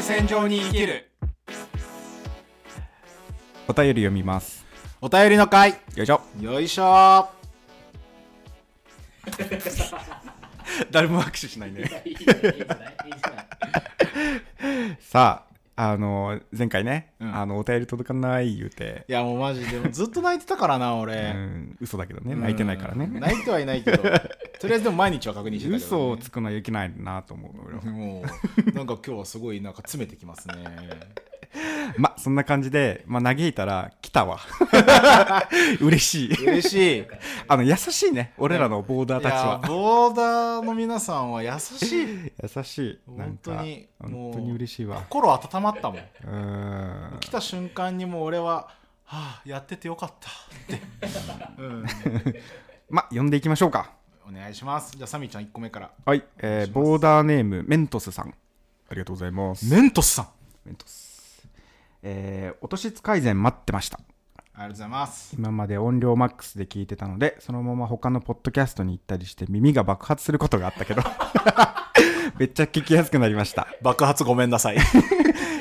線上に生きるお便り読みますお便りの会よいしょよいしょー 誰も拍手しないねいいんじゃないいいんじゃないいいんじゃないさああの前回ね、うんあのお便り届かない言うて、いやもうマジでもうずっと泣いてたからな俺、うん、嘘だけどね泣いてないからうんね泣いてはいないけどとりあえずでも毎日は確認してたけど、ね、嘘をつくのはいけないなと思う俺はもうなんか今日はすごいなんか詰めてきますね まあそんな感じで、まあ、嘆いたら来たわ 嬉しい嬉しいあの優しいね俺らのボーダーいたちやはボーダーの皆さんは優しい優しいなんか本当にも本う当に嬉しいわ心温まったもんうーん来た瞬間にもう俺は「はあやっててよかった」って、うん、まあ呼んでいきましょうかお願いしますじゃあサミーちゃん1個目からはい、えー、ボーダーネームメントスさんありがとうございますメントスさんメントスえー、お年つ改善待ってましたありがとうございます今まで音量マックスで聞いてたのでそのまま他のポッドキャストに行ったりして耳が爆発することがあ ったけどめっちゃ聞きやすくなりました爆発ごめんなさい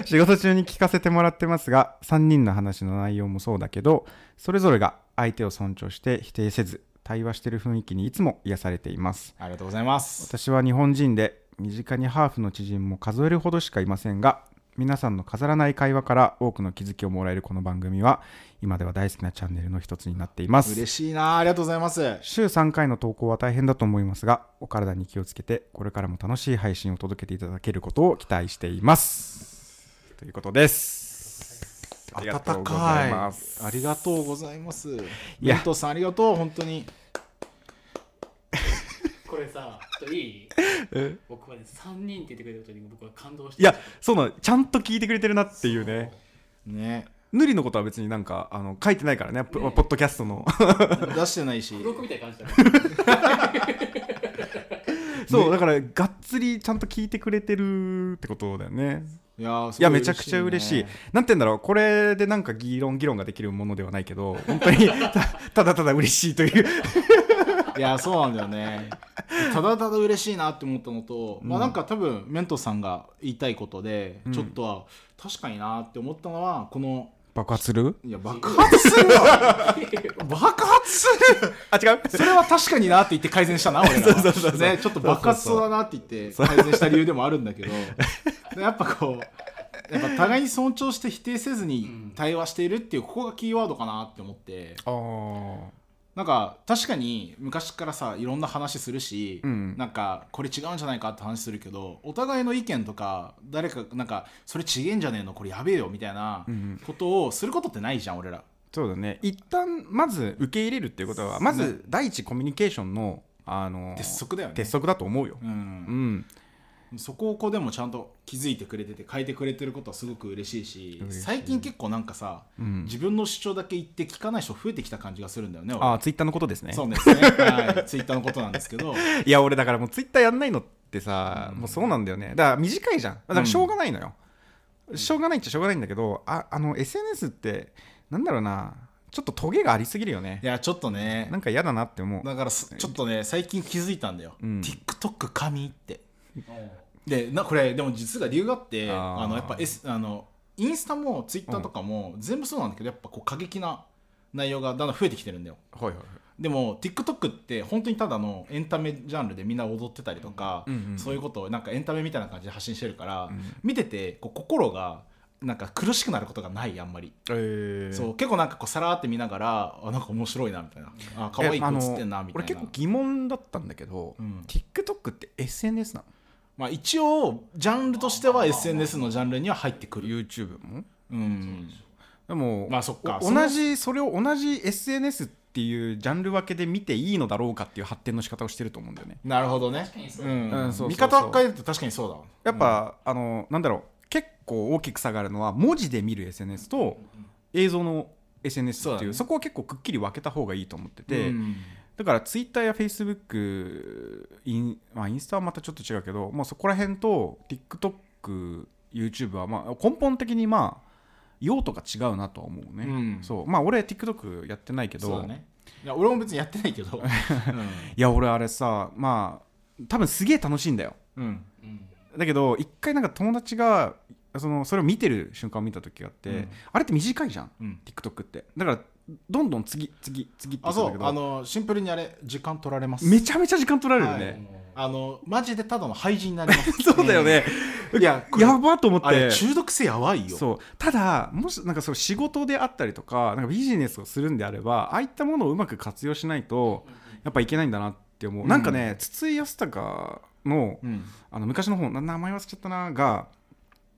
仕事中に聞かせてもらってますが3人の話の内容もそうだけどそれぞれが相手を尊重して否定せず対話してる雰囲気にいつも癒されていますありがとうございます私は日本人で身近にハーフの知人も数えるほどしかいませんが皆さんの飾らない会話から多くの気づきをもらえるこの番組は今では大好きなチャンネルの一つになっています嬉しいなありがとうございます週3回の投稿は大変だと思いますがお体に気をつけてこれからも楽しい配信を届けていただけることを期待していますということですありがとうございますありがとうございますやメントスさんありがとう本当にこれさ、ちょっといい僕はね、3人って言ってくれたことに僕は感動していやそうなのちゃんと聞いてくれてるなっていうねねぬりのことは別になんかあの書いてないからねポポッドキャストの出してない しブロックみたいな感じだねそう、だからがっつりちゃんと聞いてくれてるってことだよねいやーすごいいやめちゃくちゃ嬉しいなんて言うんだろうこれでなんか議論議論ができるものではないけど 本当にたただただ嬉しいといういやそうなんだよねただただ嬉しいなって思ったのと、まあなんか多分メントさんが言いたいことで、ちょっとは確かになって思ったのはこの 爆発するいや爆発 するよ爆発するあ違うそれは確かになって言って改善したな俺らはそうそうそうそうね、ちょっと爆発そうだなって言って改善した理由でもあるんだけど でやっぱこうやっぱ互いに尊重して否定せずに対話しているっていうここがキーワードかなって思って あーなんか確かに昔からさいろんな話するし、うんなんかこれ違うんじゃないかって話するけどお互いの意見とか誰かなんかそれ違えんじゃねえのこれやべえよみたいなうんことをすることってないじゃん俺らそうだね一旦まず受け入れるっていうことはまず第一コミュニケーションのあの鉄則だよね鉄則だと思うよう、うんんそこをこうでもちゃんと気づいてくれてて変えてくれてることはすごく嬉しいし嬉しい最近結構なんかさ、うん自分の主張だけ言って聞かない人増えてきた感じがするんだよね俺ああツイッターのことですねそうですね、はい、ツイッターのことなんですけど いや俺だからもうツイッターやんないのってさ、もうそうなんだよねだから短いじゃんだからしょうがないのよ、しょうがないっちゃしょうがないんだけどああの SNS ってなんだろうなちょっとトゲがありすぎるよねいやちょっとねなんか嫌だなって思うだからすちょっとね最近気づいたんだよ、うん TikTok 神ってでなこれでも実が理由があってああーのやっぱ、S、あのインスタもツイッターとかも、全部そうなんだけどやっぱこう過激な内容がだんだん増えてきてるんだよはいはいはいでも TikTok って本当にただのエンタメジャンルでみんな踊ってたりとか、うんうんうんそういうことをなんかエンタメみたいな感じで発信してるから、見ててこう心がなんか苦しくなることがないあんまり、えーそう結構なんかこうさらーって見ながらあなんか面白いなみたいなあ可え愛いあ子の映ってんなみたい俺な結構疑問だったんだけど、うん TikTok って SNS なのまあ、一応ジャンルとしては SNS のジャンルには入ってくる、 YouTube もうん、でも、まあそっかおその同じそれを同じ SNS っていうジャンル分けで見ていいのだろうかっていう発展の仕方をしてると思うんだよねなるほどねにそうううんんそうそうそう見方を変えると確かにそうだわやっぱ、あのなんだろう結構大きく差があるのは文字で見る SNS と映像の SNS っていうそそうだねこは結構くっきり分けた方がいいと思ってて、うんだからツイッターやフェイスブックイン,、まあ、インスタはまたちょっと違うけど、まあ、そこら辺と TikTokYouTube はまあ根本的にまあ用途が違うなとは思うね、うんそうまあ俺 TikTok やってないけどそうだねいや俺も別にやってない けど、いや俺あれさまあ多分すげえ楽しいんだようんうんうんだけど一回なんか友達がそのそれを見てる瞬間を見た時があって、うんあれって短いじゃんうん TikTok ってだからどんどん次次次って言あそってたけうどあのシンプルにあれ時間取られますめちゃめちゃ時間取られるよね、はいあのマジでただの廃人になります そうだよね、いやこれやばと思っあれて中毒性やばいよそうただもしなんかその仕事であったりとかなんかビジネスをするんであればああいったものをうまく活用しないとやっぱいけないんだなって思う、うんなんかね筒井康隆のうんあの昔の本な名前忘れちゃったなが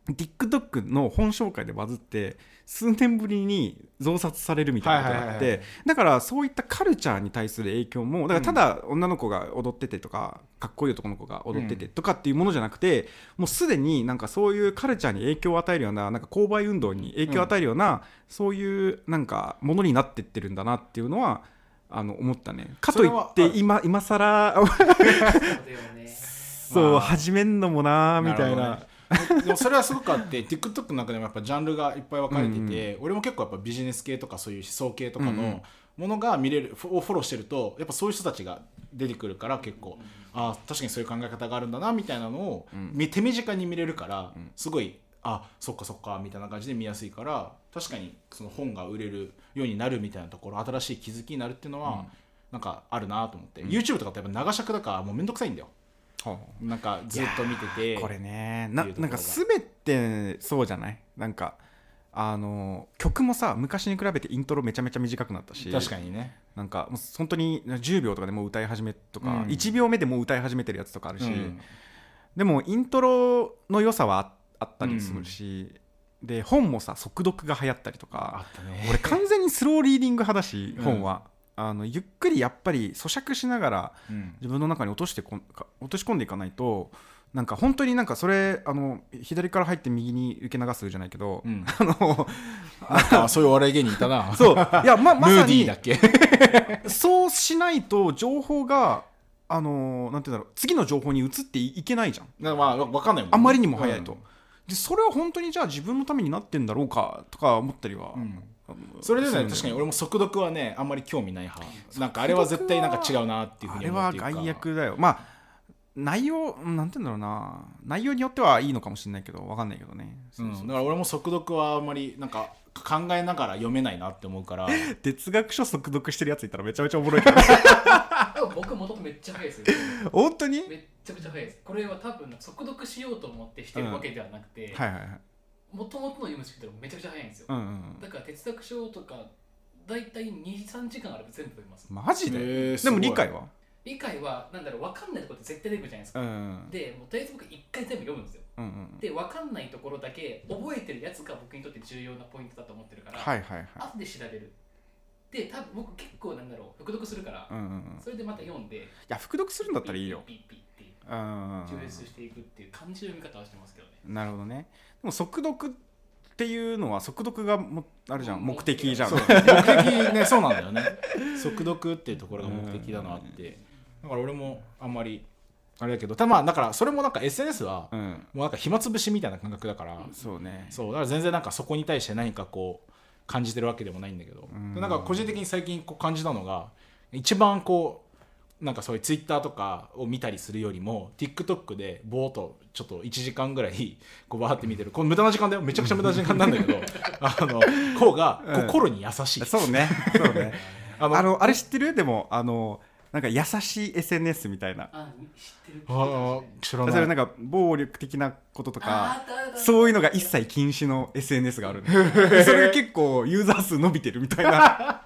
TikTok の本紹介でバズって数年ぶりに増刷されるみたいなことがあっはいはいはいてだからそういったカルチャーに対する影響もだからただ女の子が踊っててとかかっこいい男の子が踊っててとかっていうものじゃなくてもうすでになんかそういうカルチャーに影響を与えるようななんか購買運動に影響を与えるようなそういうなんかものになってってるんだなっていうのはあの思ったね。かといってそれは今今更 そうだよねそう、まあ始めんのもなーみたいななでもそれはすごくあって TikTok の中でもやっぱジャンルがいっぱい分かれてて、俺も結構やっぱビジネス系とかそういう思想系とかうんうんのものが見れるフォをフォローしてるとやっぱそういう人たちが出てくるから結構あー確かにそういう考え方があるんだなみたいなのを、み手短に見れるからすごいあそっかそっかみたいな感じで見やすいから確かにその本が売れるようになるみたいなところ新しい気づきになるっていうのは、なんかあるなと思って、YouTube とかってやっぱ長尺だからもうめんどくさいんだよなんかずっと見ててこれねなっていうとこなんろかが全てそうじゃないなんかあの曲もさ昔に比べてイントロめちゃめちゃ短くなったし確かにねなんかもう本当に10秒とかでもう歌い始めとか、うん1秒目でもう歌い始めてるやつとかあるし、うんでもイントロの良さはああったりするし、で本もさ速読が流行ったりとかあったね俺完全にスローリーディング派だしうん本は、あのゆっくりやっぱり咀嚼しながらうん自分の中に落としてこんか落とし込んでいかないとなんか本当になんかそれあの左から入って右に受け流すじゃないけど、うん あのなんかそういうお笑い芸人いた なそういやままムさーディーにだっけそうしないと情報があのなんて言うんだろう次の情報に移っていけないじゃんなまあわかんないもんねあまりにも早いと、うんでそれは本当にじゃあ自分のためになってんだろうかとか思ったりは、んあのそれでねす確るかんに俺も速読はねあんまり興味ない派なんかあれは絶対なんか違うなっていうふうあにれ思うはっていうか害悪だよまあ内容うんなんて言うんだろうな内容によってはいいのかもしれないけどわかんないけどね、うそそん、だから俺も速読はあんまりなんか考えながら読めないなって思うから哲学書速読してるやついたらめちゃめちゃおもろいけどでも僕元々めっちゃ早いですよ本当にはいめっちゃくちゃ早いですこれは多分速読しようと思ってしてるわけではなくてはいはいもともとの読むスピードがめちゃくちゃ早いんですようんうんうんだから哲学書とかだいたい23時間あれば全部読みますマジでへーすでごもい理解は理解はなんだろう分かんないところって絶対出てくるじゃないですかうんうんでもうとりあえず僕一回全部読むんですようんうんで分かんないところだけ覚えてるやつが僕にとって重要なポイントだと思ってるから、はいはいはい後で調べるで多分僕結構なんだろう複読するから、うんうんうんいそれでまた読んでや複読するんだったらいいよピッピッピッピうんうんうんッて抽出していくっていう感じの読み方はしてますけどねなるほどねでも速読っていうのは速読がもあるじゃんもう目的じゃんそう目的ねそうなんだよね速読っていうところが目的だなってだから俺もあんまりあれだけどただまあだからそれもなんか SNS はうもんうなんか暇つぶしみたいな感覚だからそうねそうだから全然なんかそこに対して何かこう感じてるわけでもないんだけど、んなんか個人的に最近こう感じたのが一番こうなんかそういうツイッターとかを見たりするよりも TikTok でぼーっとちょっと1時間ぐらいこうバーって見てるこの無駄な時間だよめちゃくちゃ無駄な時間なんだけどあのこうがうん心に優しい、そうねそうねあのあのあれ知ってるでもあのなんか優しい SNS みたいなあ知ってるあー知らそれなないんか暴力的なこととかあーあったあったそういうのが一切禁止の SNS があるのでそれが結構ユーザー数伸びてるみ たいなだか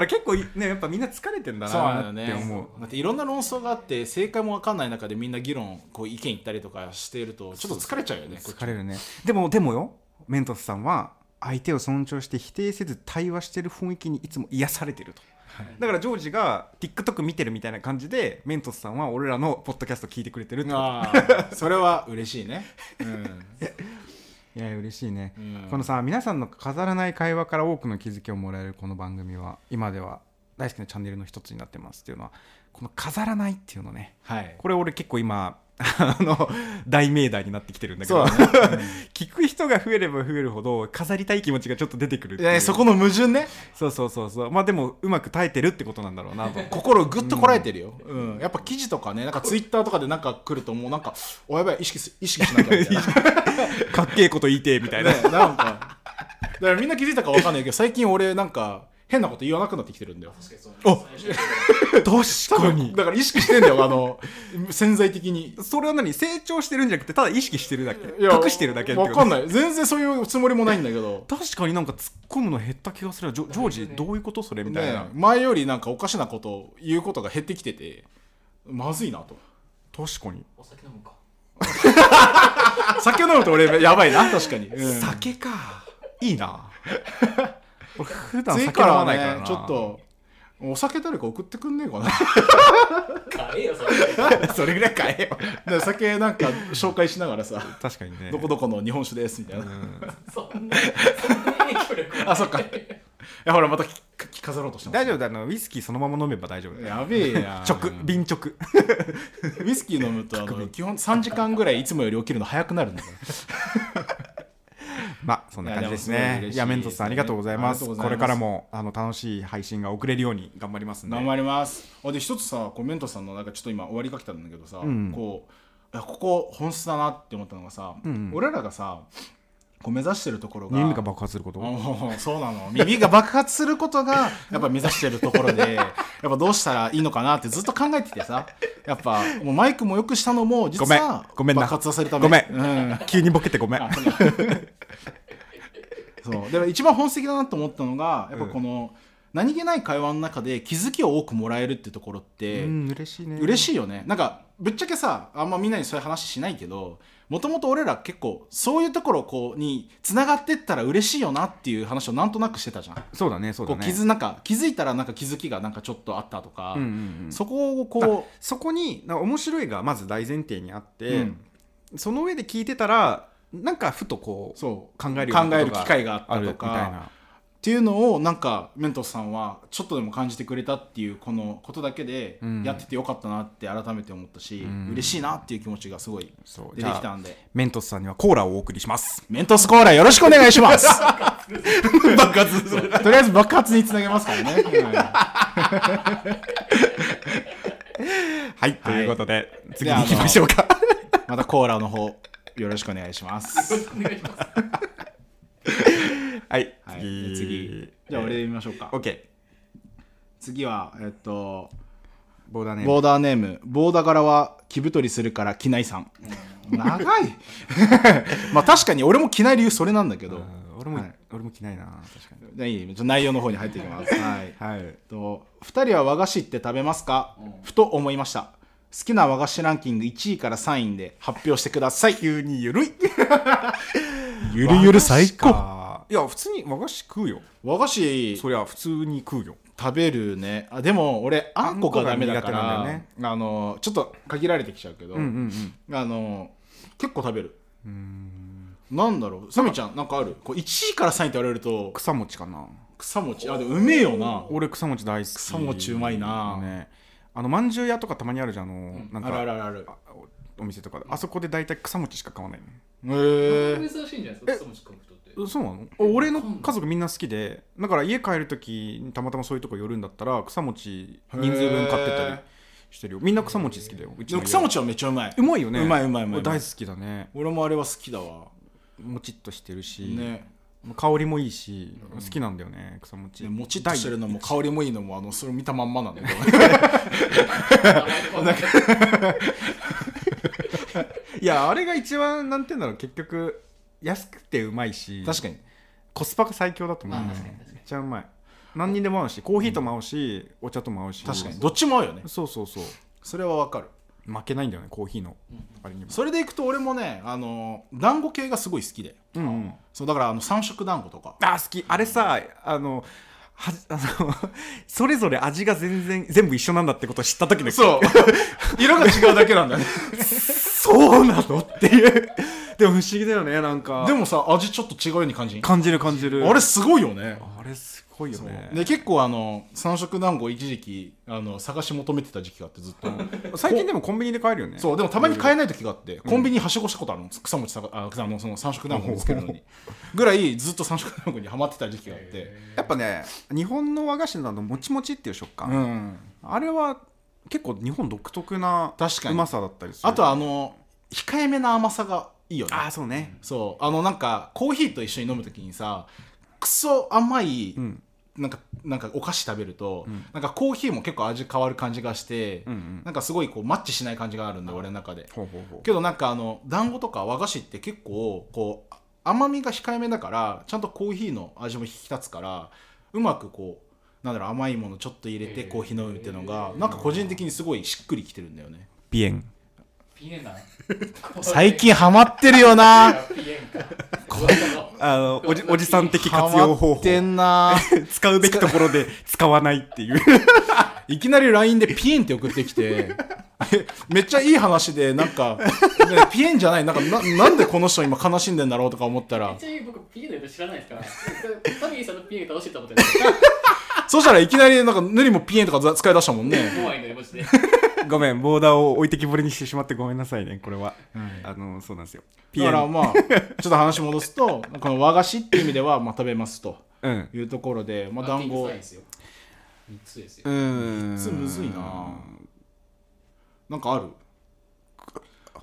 ら結構ねやっぱみんな疲れてんだそうななっんだてよ思うねだっていろんな論争があって正解も分かんない中でみんな議論こう意見言ったりとかしているとちょっと疲れちゃうよねこっち疲れるねでもでもよメントスさんは相手を尊重して否定せず対話してる雰囲気にいつも癒されてると、だからジョージが TikTok 見てるみたいな感じでメントスさんは俺らのポッドキャスト聞いてくれてるっ てことあーそれは嬉しいね。うんいや嬉しいね、うんこのさ皆さんの飾らない会話から多くの気づきをもらえるこの番組は今では大好きなチャンネルの一つになってますっていうのはこの飾らないっていうのねはい。これ俺結構今 あの大命題になってきてるんだけど、そう聞く人が増えれば増えるほど飾りたい気持ちがちょっと出てくるっていいうやそこの矛盾ねそうそうそうそうまあでもうまく耐えてるってことなんだろうなと心をぐっとこらえてるよ、うんやっぱ記事とかねなんかツイッターとかでなんか来るともうなんかおやばい意識す意識しなきゃみたいなかっけえこと言いてえみたいな ね、なんかだからみんな気づいたかわかんないけど最近俺なんか変なこと言わなくなってきてるんだよ確かにそうなんです最初確多か分にだから意識してんだよあの潜在的にそれは何成長してるんじゃなくてただ意識してるだけいや隠してるだけってわかんいない全然そういうつもりもないんだけど確かになんか突っ込むの減った気がするジョジョージどういうことそれみたいな、ね前よりなんかおかしなことを言うことが減ってきててまずいなと確かに、お酒飲むか酒飲むと俺 やばいな確かに、うん酒かいい な俺普段次酒か飲らはまねないからなちょっとお酒誰か送ってくんねえかな買えよそれ それぐらいかえよで酒なんか紹介しながらさ確かにねどこどこの日本酒ですみたいな、うんいそんなそんな影響力はあそっかやほらまた着着飾ろうとしてます大丈夫だあのウイスキーそのまま飲めば大丈夫だよやべえや直瓶直ウイスキー飲むとあの基本3時間ぐらいいつもより起きるの早くなるんだからまあそんな感じですいねやでもすごい嬉しいですねいやメントスさんありがとうございあまりがすとうございますこれからもあの楽しい配信が送れるように頑張りますんで頑張りますあで一つさこうメントさんのなんかちょっと今終わりかけたんだけどさ、うんこういやここ本質だなって思ったのがさ、うん俺らがさこう目指してるところが耳が爆発することおーそうなの耳が爆発することがやっぱ目指してるところ でやっぱどうしたらいいのかなってずっと考えててさやっぱもうマイクもよくしたのも実はごめんごめんな爆発させるためごめんうん急にボケてごめんあ そうそうでも一番本質的だなと思ったのがやっぱこの、何気ない会話の中で気づきを多くもらえるってところって、うん嬉しいね嬉しいしいよねなんかぶっちゃけさあんまみんなにそういう話しないけどもともと俺ら結構そういうところこうに繋がってったら嬉しいよなっていう話をなんとなくしてたじゃんそうだねそうこだうね傷なんか気づいたらなんか気づきがなんかちょっとあったとか、うんうんうんそこをこうそこになんか面白いがまず大前提にあって、うんその上で聞いてたらなんかふとこうそう考えるよう考なえこるとが機会があったあるとみたいかなっていうのをなんかメントスさんはちょっとでも感じてくれたっていうこのことだけでうんやっててよかったなって改めて思ったし、ん嬉しいなっていう気持ちがすごいそう出じてきゃたあんでメントスさんにはコーラをお送りしますメントスコーラよろしくお願いします爆発するとりあえず爆発につなげますからね、ははい、ということで次にで行きましょうかいまたコーラの方よろしくお願いしますお願いします はい、はいで次じゃあ俺で見ましょうか OK 次はえっとボーダーネーボムーダーネームボーダー柄は着太りするから着ないさん長い まあ確かに俺も着ない理由それなんだけうどん俺も、はい俺も着ないな確かにいやいいちょっと内容の方に入っていきます。はい。はいと2人は和菓子って食べますか、ふと思いました。好きな和菓子ランキング1位から3位で発表してください。急にゆるいゆ和菓子。かいや普通に和菓子食うよ和菓子そりゃ普通に食うよ食べるね。あでも俺あんこがダメだかあんこがら、苦手なんあのちょっと限られてきちゃうけど、うんうんうんあの結構食べる。なんだろう、サミちゃんなんかある？こう1位から3位って言われると草餅かな草餅あでもうめえよな。俺草餅大好き草餅うまいなねあのまんじゅう屋とかたまにあるじゃんあの、なんかあるあるある。あおお店とかであそこで大体草餅しか買わないのへえ。珍しいんじゃないですか草餅食う人ってそうなの俺の家族みんな好きでだから家帰る時にたまたまそういうとこ寄るんだったら草餅人数分買ってったりしてるよみんな草餅好きだようちでのも家草餅はめっちゃうまいうまいよねうまいうまいうまい俺大好きだね俺もあれは好きだわもちっとしてるし、ね香りもいいし好きなんだよね草餅もちっとしてるのも香りもいいのもあのそれ見たまんまなんだけどなんかいやあれが一番なんていうんだろう結局安くてうまいし確かにコスパが最強だと思うまあ確かにね確かにめっちゃうまい何にでも合うしコーヒーとも合うし、お茶とも合うし 確かにどっちも合うよねそうそうそうそれはわかる負けないんだよねコーヒーのあれにもそれでいくと俺もねあの団子系がすごい好きでうんうんそうだからあの三色団子とかあ好きあれさあのはあの それぞれ味が全然全部一緒なんだってことを知った時のそう色が違うだけなんだねそうなのっていう でも不思議だよねなんか でもさ味ちょっと違うように感じんあ感じる感じるれすごいよねあれすごいよねで結構あの三色団子一時期あの探し求めてた時期があってずっと最近でもコンビニで買えるよね そうでもたまに買えない時があってコンビニはしごしたことあるの草餅さああのその三色団子をつけるのにぐらいずっと三色団子にはまってた時期があってやっぱね日本の和菓子などもちもちっていう食う感、んあれは結構日本独特な確かにうまさだったりするあとはあの控えめな甘さがいいよねあーそうねそうあのなんかコーヒーと一緒に飲む時にさクソ甘いうんなんかなんかお菓子食べると、うんなんかコーヒーも結構味変わる感じがして、うんうんなんかすごいこうマッチしない感じがあるんだよ俺の中でほうほうほうけどなんかあの団子とか和菓子って結構こう甘みが控えめだからちゃんとコーヒーの味も引き立つからうまくこうなんだろう甘いものちょっと入れてへーコーヒー飲むっていうのがなんか個人的にすごいしっくりきてるんだよねピエンピエナ最近ハマってるよなピエンかこれあのおじおじさん的活ハ用マ方っ法てんな使うべきところで使わないっていういきなり LINE でピエンって送ってきて めっちゃいい話でなんか、ねピエンじゃないなんかななんでこの人今悲しんでんだろうとか思ったらちなみに僕ピエナのこと知らないですからタミーさんのピエンが楽しいと思ってないそしたらいきなりなんかヌリもピエンとかざ使い出したもんね怖いのよマジで ごめんボーダーを置いてきぼりにしてしまってごめんなさいねこれは、あのそうなんですよピエだからンまあちょっと話戻すとこの和菓子っていう意味ではまあ食べますとうんいうところで、まあ、あ団ピンク子サインですよ三つですようんつむずいななんかある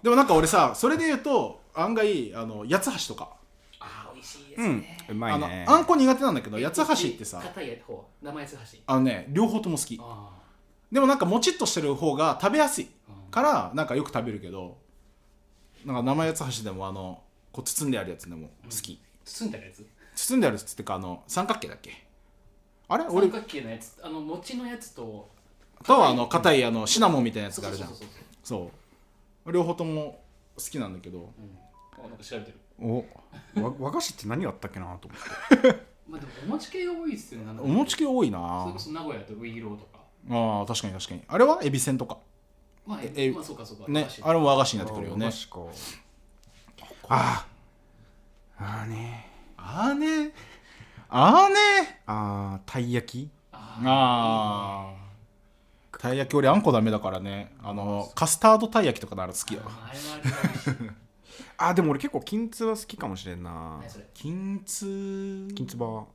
でもなんか俺さそれで言うと案外あの八つ橋とか、あー美味しいでうすんね、うまいねあのあんこ苦手なんだけど八つ橋ってさ硬い方生八つ橋あのね両方とも好きあでもなんかもちっとしてる方が食べやすいーうんからなんかよく食べるけどなんか生八つ橋でもあのこう包んであるやつでも好き、包んだやつ包んであるやつってかあの三角形だっけあれ俺三角形のやつあの餅のやつととあの硬いあのシナモンみたいなやつそうがそあるじうそゃうんそうそう両方とも好きなんだけどうんあなんか調べてるおわ和菓子って何があったっけなと思ってまあでもお餅系が多いっすよねなんかお餅系多いなそれあこそ名古屋とウイローとかー確かに確かにあれはエビせんとかまあえええまあそうかそうかね確かあにれも和菓子になってくるよね和菓子かあーあーねあーねあーねあーたい焼きああーたい焼き俺あんこダメだからねあのカスタードたい焼きとかなら好きーよあれはあれは美味しいあーでも俺結構金つば好きかもしれんな何それ金つ金つば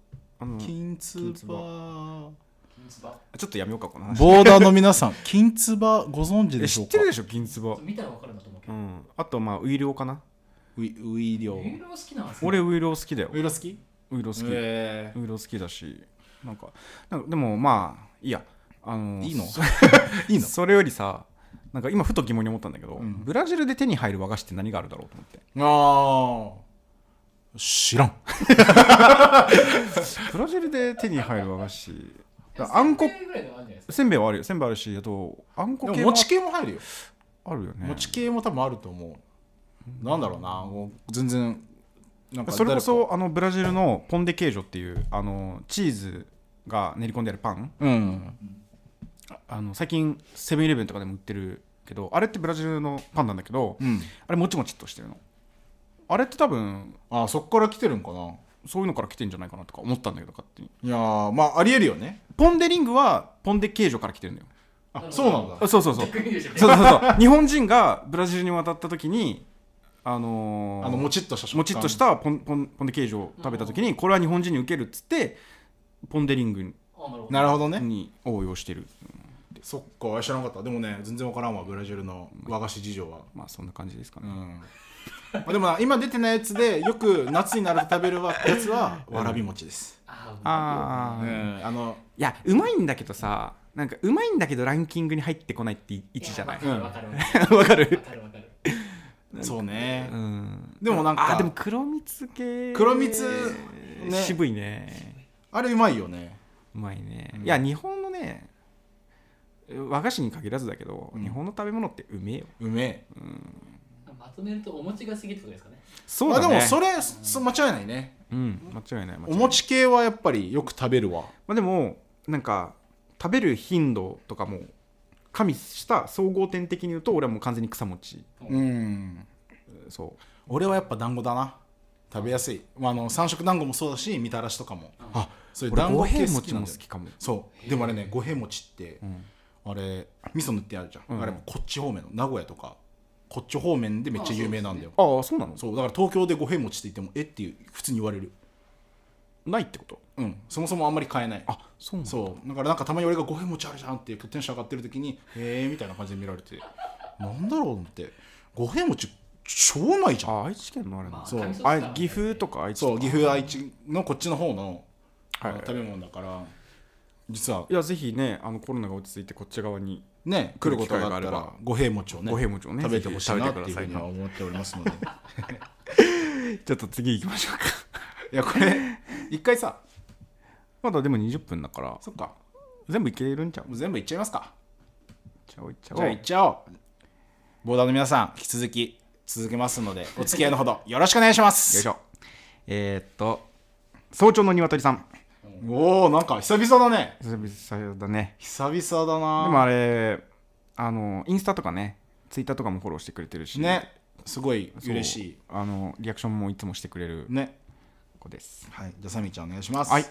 あのち金つば金 つばょっとやめようかこの話ボーダーの皆さん金つばご存知でえし知ょうっかてるでしょ金つば見たらわかるなと思うけうどんあとまあウイローかなウィウィリョウイウロー好きなんですね俺ウイロー好きだよィロ好きウイロー好きえウイロー好きだしなんかなんかでもまあいいやあのーいいのそいいのそれよりさなんか今ふと疑問に思ったんだけど、んブラジルで手に入る和菓子って何があるだろうと思 ってああ知らんブラジルで手に入る和菓子いやあんこせべいぐらいのあるんじゃないですかせんべいはあるよせんべいあるしあとあんこで系もも餅系も入るよあるよね餅系も多分あると思うなんだろうなもう全然なんかそれこ誰かそあのブラジルのポン・デ・ケージョっていうあのチーズが練り込んであるパンうんあの最近セブンイレブンとかでも売ってるけどあれってブラジルのパンなんだけど、うんあれもちもちっとしてるのあれって多分あーそっから来てるんかなそういうのから来てんじゃないかなとか思ったんだけど勝手にいやーまあありえるよねポン・デ・リングはポン・デ・ケージョから来てるんだよあなるほどそうなんだあそうそうそう逆に言うじゃ んそうそうそう日本人がブラジルに渡った時にあのーあのもちっとした食感もちっとしたポンポンポンデケージを食べた時にこれは日本人に受けるっつってポン・デ・リングあなるほどなるほどねに応用してる、そっか知らなかったでもね全然わからんわブラジルの和菓子事情はまあそんな感じですかうね、んまあでもな今出てないやつでよく夏になると食べるわやつはわらび餅です、あーあうあ、いん、あのやうまいんだけどさなんかうまいんだけどランキングに入ってこないって位置じゃないいやわかるわかわかるるわかるわかるそうね、うんでもなんかあでも黒蜜系黒蜜ね渋いねあれうまいよねうまいね、うんいや日本のね和菓子に限らずだけど、うん日本の食べ物ってうめえようめえまとめるとお餅が過ぎってことですかねそまあでもそれそ間違いないねうん間違いない間違いないお餅系はやっぱりよく食べるわまあ、でもなんか食べる頻度とかも加味した総合点的に言うと俺はもう完全に草餅うんそ俺はやっぱ団子だな食べやすい、まあ、あの三色団子もそうだしみたらしとかもあそういう俺団五子系平好き餅なんもだ好よきかもそうでもあれね五平餅って、んあれ味噌塗ってあるじゃん、うんあれもこっち方面の名古屋とかこっち方面でめっちゃ有名なんだよああそうなのそうだから東京で五平餅って言ってもえっていう普通に言われるないってことうんそもそもあんまり買えないあそうなのそうだからなんかたまに俺が五平餅あるじゃんってテンション上がってる時にへえみたいな感じで見られてなんだろうと思って五平餅超うまいじゃんあ愛知県のあれなまんあ、そう神様あだ岐阜とか愛知とそかう岐阜愛知のこっちの方の、はいあの食べ物だから実はいやぜひねあのコロナが落ち着いてこっち側にね来ることが来る機会あったがあれらば五平餅をね五平餅をね食べてほしいなってぜいうひ食べてくふうださいには思っておりますので ちょっと次行きましょうか いやこれ一回さまだでも20分だからそっか全部いけるんちゃうもう全部いっちゃいますかちゃおいちゃじゃあいっちゃおうボーダーの皆さん引き続き続けますのでお付き合いのほどよろしくお願いしますよいしょえー、っと早朝の鶏さんおおなんか久々だね久々だね久々だなでもあれあのインスタとかねツイッターとかもフォローしてくれてるしねすごいそう嬉しあのリアクションもいつもしてくれるいね子ですはいじゃあサミーちゃんお願いしますはい、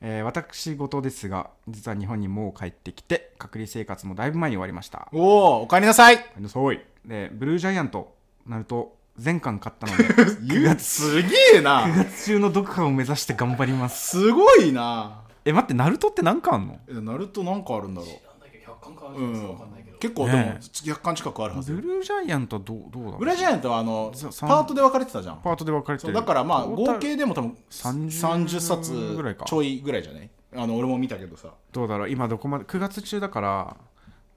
えー私事ですが実は日本にもう帰ってきて隔離生活もだいぶ前に終わりましたおおお帰りなさいあのすごいでブルージャイアントなると全巻買ったので 9月すげえな月中の読破を目指して頑張ります すごいなえ待ってナルトって何巻あんのえナルトなんかあるんだろなんだっけ100巻かあるう、うんんですかわかんないけど、結構でもね100巻近くあるはずブルージャイアントはどうどうだろうブラジャイアントはあのそう三パートで分かれてたじゃんパートで分かれてそうるだからまあトータル合計でも多分30 30冊ぐらいかちょいぐらいじゃないあの俺も見たけどさどうだろう今どこまで9月中だから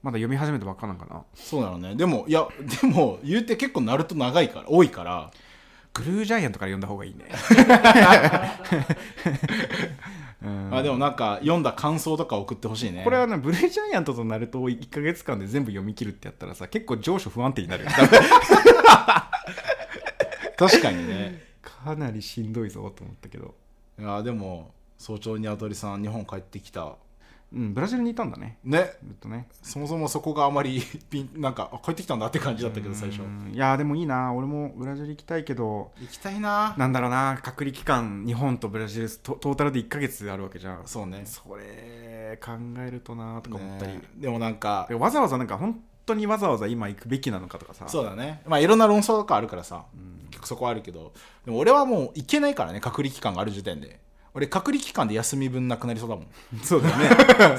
まだ読み始めたばっかなんかなそうなのねでもいやでも言うて結構ナルト長いから多いからブルージャイアントから読んだ方がいいねうんあでもなんか読んだ感想とか送ってほしいねこれはねブルージャイアントとナルトを1か月間で全部読み切るってやったらさ結構情緒不安定になるよ確かにね かなりしんどいぞと思ったけどいやでも早朝にあとりさん日本帰ってきたうんブラジルにいたんだねねずっとねそもそもそこがあまり ピンなんかあ帰ってきたんだって感じだったけど最初うんいやでもいいな俺もブラジル行きたいけど行きたいななんだろうな隔離期間日本とブラジルトトータルで1か月あるわけじゃんそうねそれ考えるとなとか思ったり、ねでもなんかでわざわざなんか本当にわざわざ今行くべきなのかとかさそうだねまあいろんな論争とかあるからさ、結局そこはあるけどでも俺はもう行けないからね隔離期間がある時点で俺隔離期間で休み分なくなりそうだもん そうだよね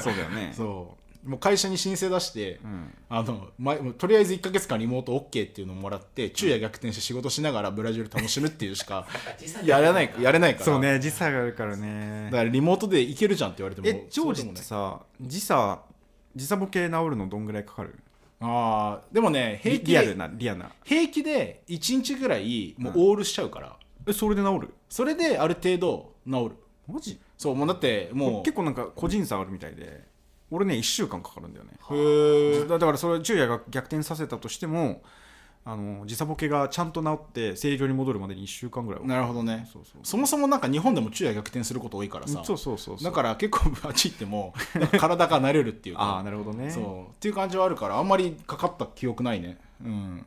そうだよね そうもう会社に申請出して、うんあのま、もうとりあえず1か月間リモート OK っていうのをもらって昼夜逆転して仕事しながらブラジル楽しむっていう しか実際にやらないやれないからそうね時差があるからねだからリモートで行けるじゃんって言われてもえジョージそうでっもてないさ時差時差ボケ治るのどんぐらいかかるああでもね平リ気リアルでなリアな平気で1日ぐらいもうオールしちゃうから、えそれで治るそれである程度治るマジそうもうだってもう結構なんか個人差あるみたいで俺ね1週間かかるんだよねへだだからそれ昼夜が逆転させたとしてもあの時差ボケがちゃんと治って正常に戻るまでに1週間ぐらいはなるほどねそうそうそもそもなんか日本でも昼夜逆転すること多いからさそうそうそうそうだから結構あっち行ってもなんか体が慣れるっていう ああかなるほどねそうっていう感じはあるからあんまりかかった記憶ないねうん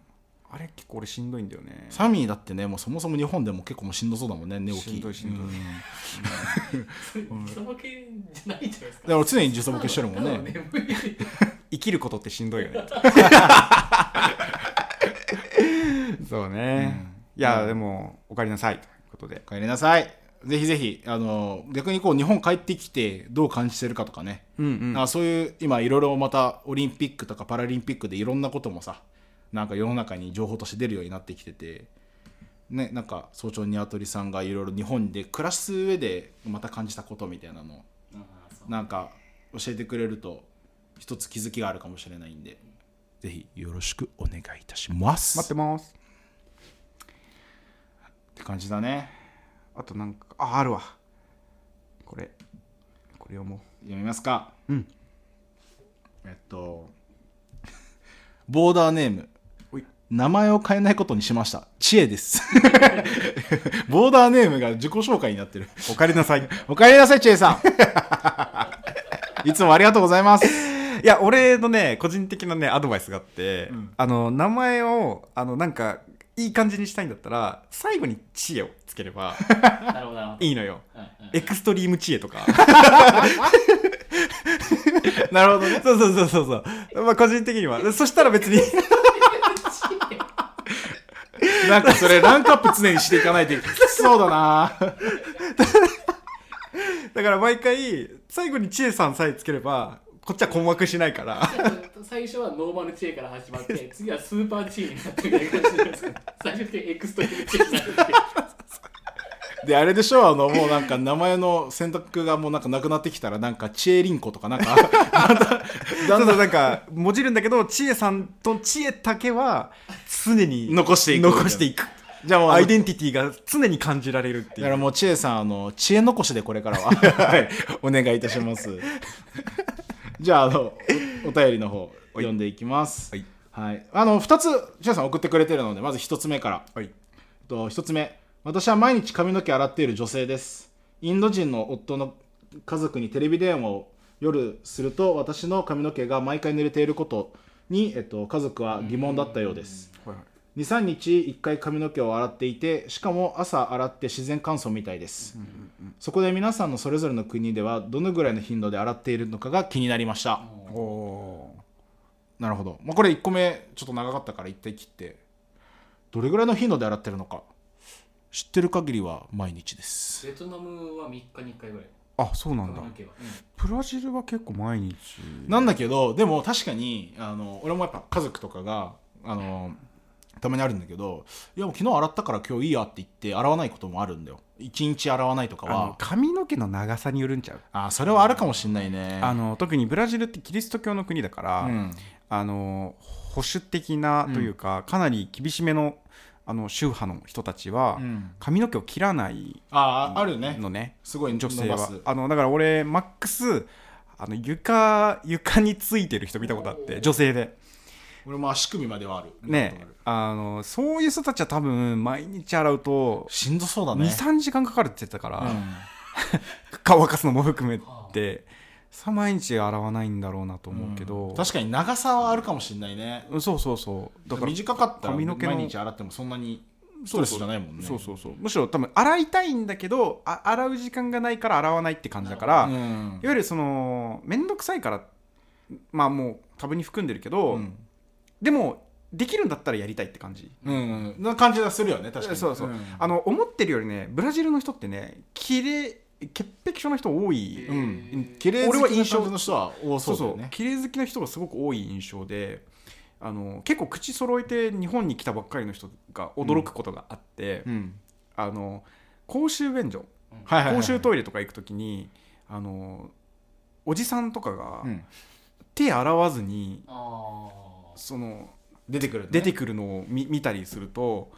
あれ結構俺しんどいんだよねサミーだってねもうそもそも日本でも結構もうしんどそうだもんね寝起きしんどいしんどいうんだそれけじゃないじゃないですかから俺常に時差ボケしてるもんねただの眠い生きることってしんどいよね そうね、いや、でもおかえりなさいということで帰りなさいぜひぜひあの逆にこう日本帰ってきてどう感じてるかとかねうんうんあそういう今いろいろまたオリンピックとかパラリンピックでいろんなこともさなんか世の中に情報として出るようになってきててねなんか早朝にあとりさんがいろいろ日本で暮らす上でまた感じたことみたいなのをああそうなんか教えてくれると一つ気づきがあるかもしれないんでぜひよろしくお願いいたします待ってっますて感じだねあとなんかああるわこれこれ読も読みますかうんえっとボーダーネームうおい名前を変えないことにしました。知恵です。 ボーダーネームが自己紹介になってる。おかえりなさいいおかえりなさい、知恵さん。い つもありがとうございます。や俺のね個人的なねアドバイスがあって、うんあの名前をあのなんかいい感じにしたいんだったら最後に知恵をつけれ ばなるほどなるほどいいのようんうんエクストリーム知恵とかなるほどねそうそうそうそうそうまあ個人的にはそしたら別になんかそれランクアップ常にしていかないといけないそうだなだから毎回最後に知恵さんさえつければこっちは困惑しないから最初はノーマル知恵から始まって次はスーパー知恵になってみたいな感じじゃないですか最終的にエクストリーム知恵になっててであれでしょあのもうなんか名前の選択がもうなんかなくなってきたらなんか知恵凛子とかなんかだんだんなんかもじるんだけど知恵さんと知恵だけは常に残していく残していくじゃあもうアイデンティティが常に感じられるっていだかうらもう知恵さんあの知恵残しでこれからははい お願いいたしますじゃああのおお便りの方読んでいきますはい、あの2つ知恵さん送ってくれてるのでまず1つ目からはいえっと1つ目私は毎日髪の毛洗っている女性ですインド人の夫の家族にテレビ電話を夜すると私の髪の毛が毎回濡れていることに、えっと、家族は疑問だったようです23日1回髪の毛を洗っていてしかも朝洗って自然乾燥みたいです、そこで皆さんのそれぞれの国ではどのぐらいの頻度で洗っているのかが気になりました、おおなるほど、まあ、これ1個目ちょっと長かったから一回切ってどれぐらいの頻度で洗ってるのか知ってる限りは毎日ですベトナムは3日に1回ぐらいあそうなんだ髪の毛はうんブラジルは結構毎日なんだけどでも確かにあの俺もやっぱ家族とかがあのたまにあるんだけどいやもう昨日洗ったから今日いいやって言って洗わないこともあるんだよ1日洗わないとかあのは髪の毛の長さによるんちゃうあそれはあるかもしんないねあの特にブラジルってキリスト教の国だから、うんあの保守的なというか、かなり厳しめのあの宗派の人たちは、うん髪の毛を切らないあああるねのねすごい女性伸ばはすあのだから俺マックスあの床床についてる人見たことあって女性で俺も足首まではあるねあのそういう人たちは多分毎日洗うとしんどそうだね23時間かかるって言ってたから、うん乾かすのも含めてさ毎日洗わないんだろうなと思うけど、確かに長さはあるかもしれないねうんそうそうそうだから短かったら髪の毛の毎日洗ってもそんなにストレスじゃないもんねそうそうそうむしろ多分洗いたいんだけどあ洗う時間がないから洗わないって感じだから、ういんわゆるその面倒くさいからまあもう株に含んでるけど、うんでもできるんだったらやりたいって感じうんうんな感じがするよね確かにそうそう、んあの思ってるよりねブラジルの人ってね綺麗潔癖症の人多い、えうーん綺麗好きな感じの人は多そうだよね綺麗好きな人がすごく多い印象であの結構口揃えて日本に来たばっかりの人が驚くことがあって、うんあの公衆便所はいはいはい公衆トイレとか行くときにあのおじさんとかがうん手洗わずに、あーその出てくるね出てくるのを見見たりすると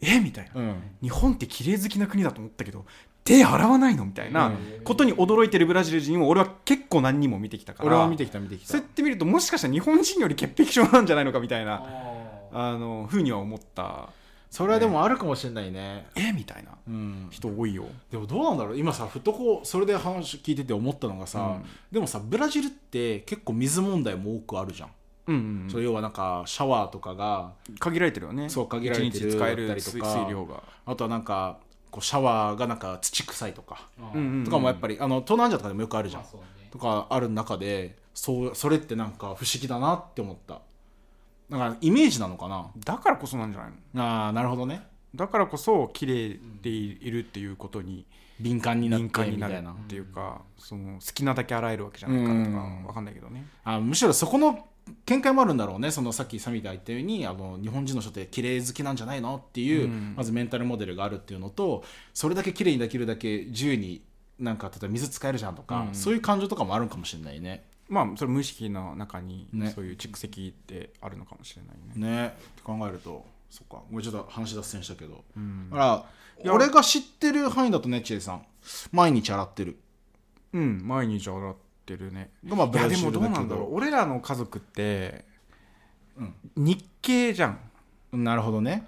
えみたいな、うん日本って綺麗好きな国だと思ったけど手洗わないのみたいなことに驚いてるブラジル人を俺は結構何人も見てきたから俺も見てきた見てきそうたやって見るともしかしたら日本人より潔癖症なんじゃないのかみたいあなーあのふうには思ったそれはでもあるかもしれないねえみたいなうん人多いよ。でもどうなんだろう今さふとこうそれで話聞いてて思ったのがさ、うんでもさブラジルって結構水問題も多くあるじゃん、うんうんうんそれ要はなんかシャワーとかが限られてるよねそう限られてる一日使えるだったりとか水水量が、あとはなんかこうシャワーがなんか土臭いとか、あーとかもやっぱりあの東南アジアとかでもよくあるじゃん、まあそうねとかある中でそうそれってなんか不思議だなって思っただからイメージなのかなだからこそなんじゃないのあーなるほどねだからこそ綺麗でいるっていうことに敏感になって敏感にみなたるいなっていうか、その好きなだけ洗えるわけじゃないからとかうんわかんないけどね、あむしろそこの見解もあるんだろうねそのさっきサミが言ったようにあの日本人の人って綺麗好きなんじゃないのっていう、うんまずメンタルモデルがあるっていうのとそれだけ綺麗にできるだけ自由になんか例えば水使えるじゃんとか、うんそういう感情とかもあるんかもしれないね。まあそれ無意識の中にねそういう蓄積ってあるのかもしれないねねって考えるとそっかもうちょっと話脱線したけど、うんだから俺が知ってる範囲だとね千恵さん毎日洗ってるうん毎日洗ってるねがまあいブやラでジもルどだうけどなんだろう俺らの家族って、うん日系じゃんなるほどね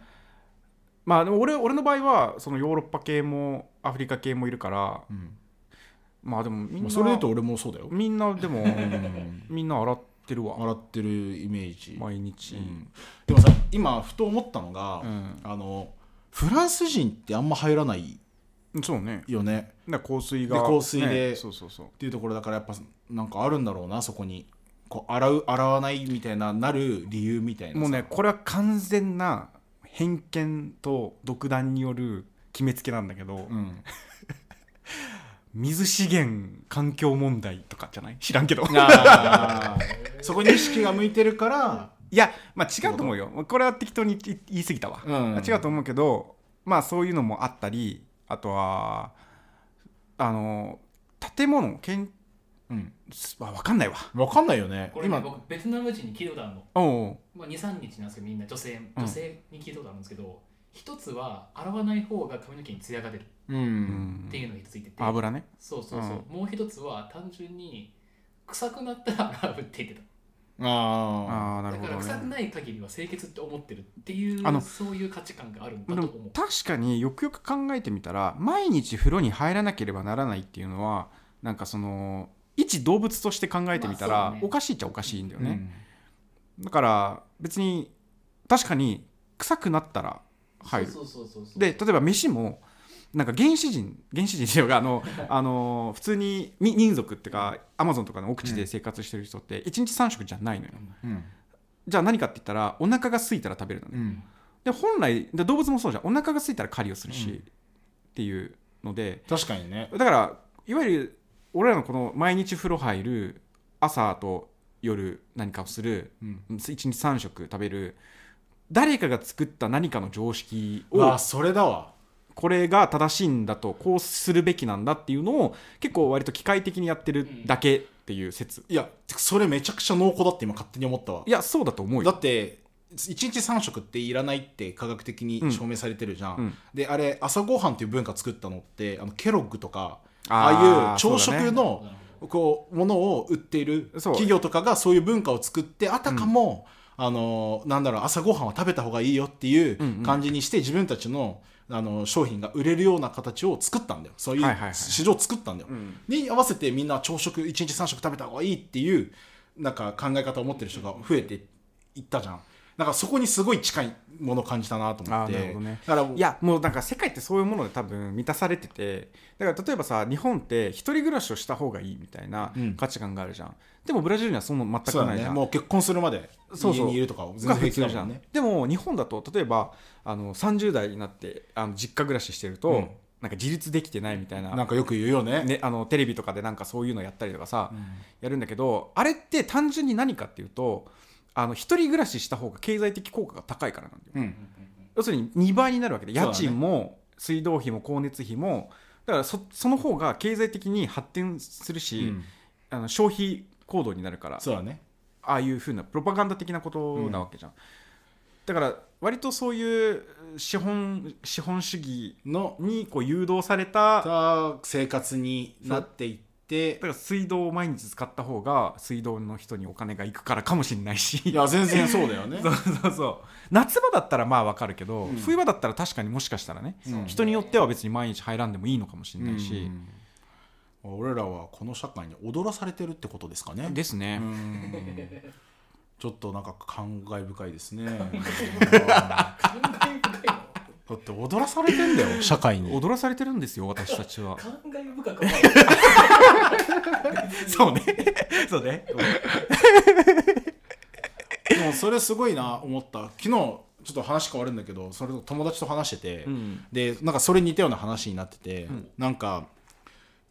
まあでも俺俺の場合はそのヨーロッパ系もアフリカ系もいるから、んまあでもみんまなあそれで言うと俺もそうだよみんなでもみんな洗っってるわ洗ってるイメージ、毎日、うんでもさ今ふと思ったのが、うんあのフランス人ってあんま入らないそうねよねだから香水がで香水でねそうそうそうっていうところだからやっぱなんかあるんだろうなそこにこう洗う洗わないみたいななる理由みたいなさもうねこれは完全な偏見と独断による決めつけなんだけど、うん、水資源環境問題とかじゃない知らんけど あー そこに意識が向いてるからいやまあ違うと思うよこれは適当に言い言い過ぎたわ、うん違うと思うけどまあそういうのもあったりあとはあの建物けんうん、わ分かんないわ分かんないよねこれ、ね、今僕ベトナム人に聞いたことあるの、おうまあ、23日なんですけどみんな女性女性に聞いたことあるんですけど、一つは洗わない方が髪の毛にツヤが出るうん、うんっていうのがついてて、油ねそうそうそう、もう一つは単純に臭くなったら洗うって言ってたあああなるだほからど臭くねない限りは清潔って思ってるっていうあのそういう価値観があるんでだとも思う確かによくよく考えてみたら毎日風呂に入らなければならないっていうのはなんかその一動物として考えてみたら、まあそうねおかしいっちゃおかしいんだあよね、だから別に確かに臭くなったら入るそうそうそうそうで例えば飯もなんか原始人原始人っていうかあ のあの普通にみ民族っていうかアマゾンとかの奥地で生活してる人って1日3食じゃないのよ、うんじゃあ何かって言ったらお腹が空いたら食べるのね、うんで本来で動物もそうじゃんお腹が空いたら狩りをするし、うんっていうので確かにねだからいわゆる俺らのこの毎日風呂入る朝と夜何かをするうん1日3食食べる誰かが作った何かの常識うわをそれだわこれが正しいんだとこうするべきなんだっていうのを結構割と機械的にやってるだけっていう説、いやそれめちゃくちゃ濃厚だって今勝手に思ったわいやそうだと思うだよって1日3食っていらないって科学的に証明されてるじゃん、うんうんであれ朝ごはんっていう文化作ったのってあのケロッグとかあーああいう朝そうだね食のなるこうものを売っているそう企業とかがそういう文化を作ってあたかも、あのなんだろう朝ごはんは食べた方がいいよっていんうんう感じにして自分たちのあの商品が売れるような形を作ったんだよそういはいはいはいう市場を作ったんだよ。んに合わせてみんな朝食1日3食食べた方がいいっていうなんか考え方を持ってる人が増えていったじゃん。なんかそこにすごい近いものを感じたなと思っあーなるて。ほどねだからいやもうなんか世界ってそういうもので多分満たされててだから例えばさ日本って一人暮らしをした方がいいみたいなうん価値観があるじゃん、でもブラジルにはその全そうくだないじね、ゃんもう結婚するまでそうそ家うにいるとか全が普然平気通だじゃもんんね。でも日本だと例えばあの30代になってあの実家暮らししてると、うんなんか自立できてないみたいななんかよく言うよね。ね、あのテレビとかでなんかそういうのやったりとかさ、うんやるんだけどあれって単純に何かっていうとあの一人暮らしした方が経済的効果が高いからなんだよ、うんほどうんうんうん要するに2倍になるわけでそうだ家ね賃も水道費も光熱費もだからそその方が経済的に発展するし、うんあの消費行動になるからそうだね。ああいうふうなプロパガンダ的なことなわけじゃん、だから割とそういう資本資本主義のにこう誘導されたさ生活になっていってだから水道を毎日使った方が水道の人にお金が行くからかもしれないしいや全然そうだよね そうそうそう夏場だったらまあわかるけど、うん冬場だったら確かにもしかしたらね、うん人によっては別に毎日入らんでもいいのかもしれないし、うん俺らはこの社会に踊らされてるってことですかねですね、 うんちょっとなんか感慨深い ですね感慨深いのだって踊らされてんだよ社会に踊らされてるんですよ私たちは感慨深くはそうねそうねでもそれすごいな思った昨日ちょっと話変わるんだけどそれと友達と話してて、うんでなんかそれに似たような話になってて、なんか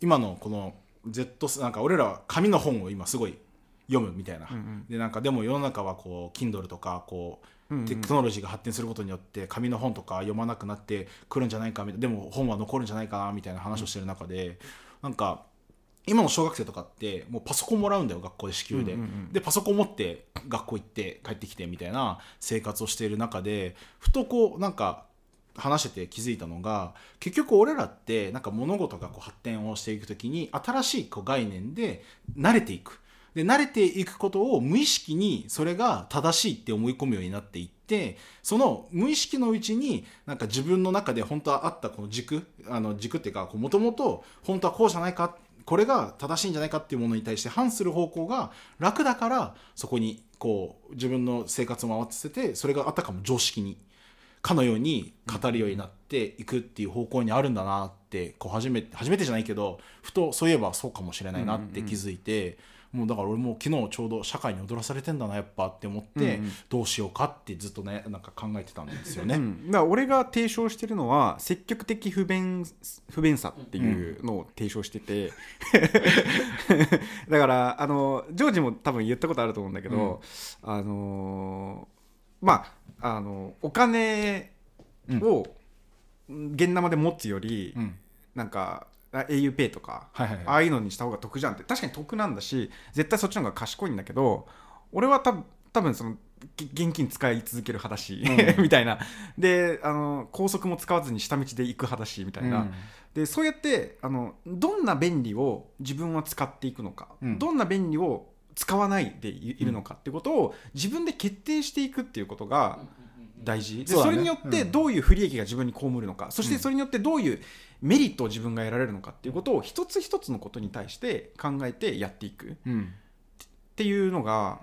今のこの Z 世なんか俺らは紙の本を今すごい読むみたいな、んでなんかでも世の中はこう Kindle とかこう、うんうんテクノロジーが発展することによって紙の本とか読まなくなってくるんじゃないかみたいなでも本は残るんじゃないかなみたいな話をしてる中で、なんか今の小学生とかってもうパソコンもらうんだよ学校で支給で、うんうんうんでパソコン持って学校行って帰ってきてみたいな生活をしている中でふとこうなんか話してて気づいたのが結局俺らってなんか物事がこう発展をしていく時に新しいこう概念で慣れていくで慣れていくことを無意識にそれが正しいって思い込むようになっていってその無意識のうちになんか自分の中で本当はあったこの軸あの軸っていうかもともと本当はこうじゃないかこれが正しいんじゃないかっていうものに対して反する方向が楽だからそこにこう自分の生活を回ってせてそれがあたかも常識にかのように語るようになっていくっていう方向にあるんだなってこう初めて初めてじゃないけどふとそういえばそうかもしれないなって気づいて。もうだから俺も昨日ちょうど社会に踊らされてんだなやっぱって思って、うんうんどうしようかってずっとねなんか考えてたんですよね。うん、だから俺が提唱してるのは積極的不便不便さっていうのを提唱してて、 だからあのジョージも多分言ったことあると思うんだけど、あのーまああのお金を現生で持つより、うんなんか auPay とか、はいはいはいああいうのにした方が得じゃんって確かに得なんだし絶対そっちの方が賢いんだけど俺は多分多分そのげ現金使い続ける派だし、うみたいなであの高速も使わずに下道で行く派だしみたいな、うんでそうやってあのどんな便利を自分は使っていくのか、うんどんな便利を使わないでいいるのかってことを自分で決定していくっていうことが、大事でそうそ,、だねれによってうんどういう不利益が自分に被るのか、そしてそれによってどういうメリットを自分が得られるのかっていうことを一つ一つのことに対して考えてやっていくっうんていうのが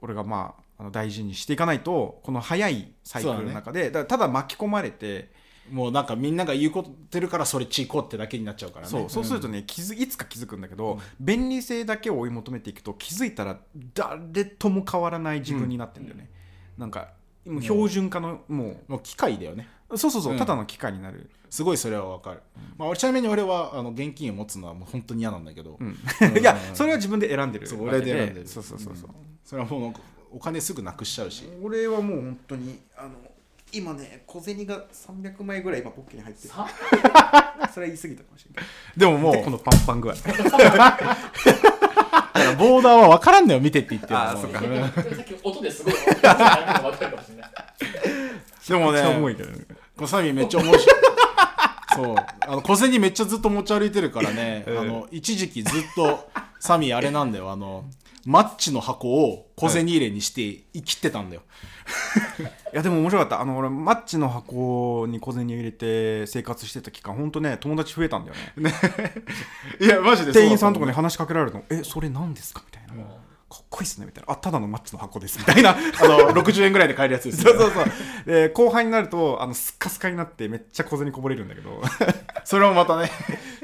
俺がまああの大事にしていかないとこの早いサイクルの中でだ,、ただ巻き込まれてもうなんかみんなが言うことてるからそれち行こうってだけになっちゃうからねそうそうするとね、ね気づいつか気づくんだけど、便利性だけを追い求めていくと気づいたら誰とも変わらない自分になってんだよね、なんかもう標準化のももう機械だよねうそうそうそう、うんただの機械になる、すごいそれはわかる、まあ、俺ちなみに俺はあの現金を持つのはもう本当に嫌なんだけど、うんうんいやそれは自分で選んでるそうわけ俺で選んでるそうそうそうそう、それはもうなんかお金すぐなくしちゃうし俺はもう本当にあの今ね小銭が300枚ぐらい今ポッケに入ってるさそれは言い過ぎたかもしれないでももうでこのパンパン具合だからボーダーは分からんのよ見てって言ってるのあーそっかうんさっき音ですごい分かるかもしれない。でもめっちゃ重ねいけどねこのサビめっちゃ面白い そうあの小銭めっちゃずっと持ち歩いてるからね、うんあの一時期ずっとサミあれなんだよあのマッチの箱を小銭入れにして生きてたんだよ、いやでも面白かったあの俺マッチの箱に小銭入れて生活してた期間本当ね友達増えたんだよねいやマジでそうだと思う店員さんとかに話しかけられるの「えそれ何ですか?」みたいな、かっこいいっすね」みたいな「あただのマッチの箱です」みたい なあの60円ぐらいで買えるやつですそようそうそうで後輩になるとあのスッカスカになってめっちゃ小銭こぼれるんだけどそれもまたね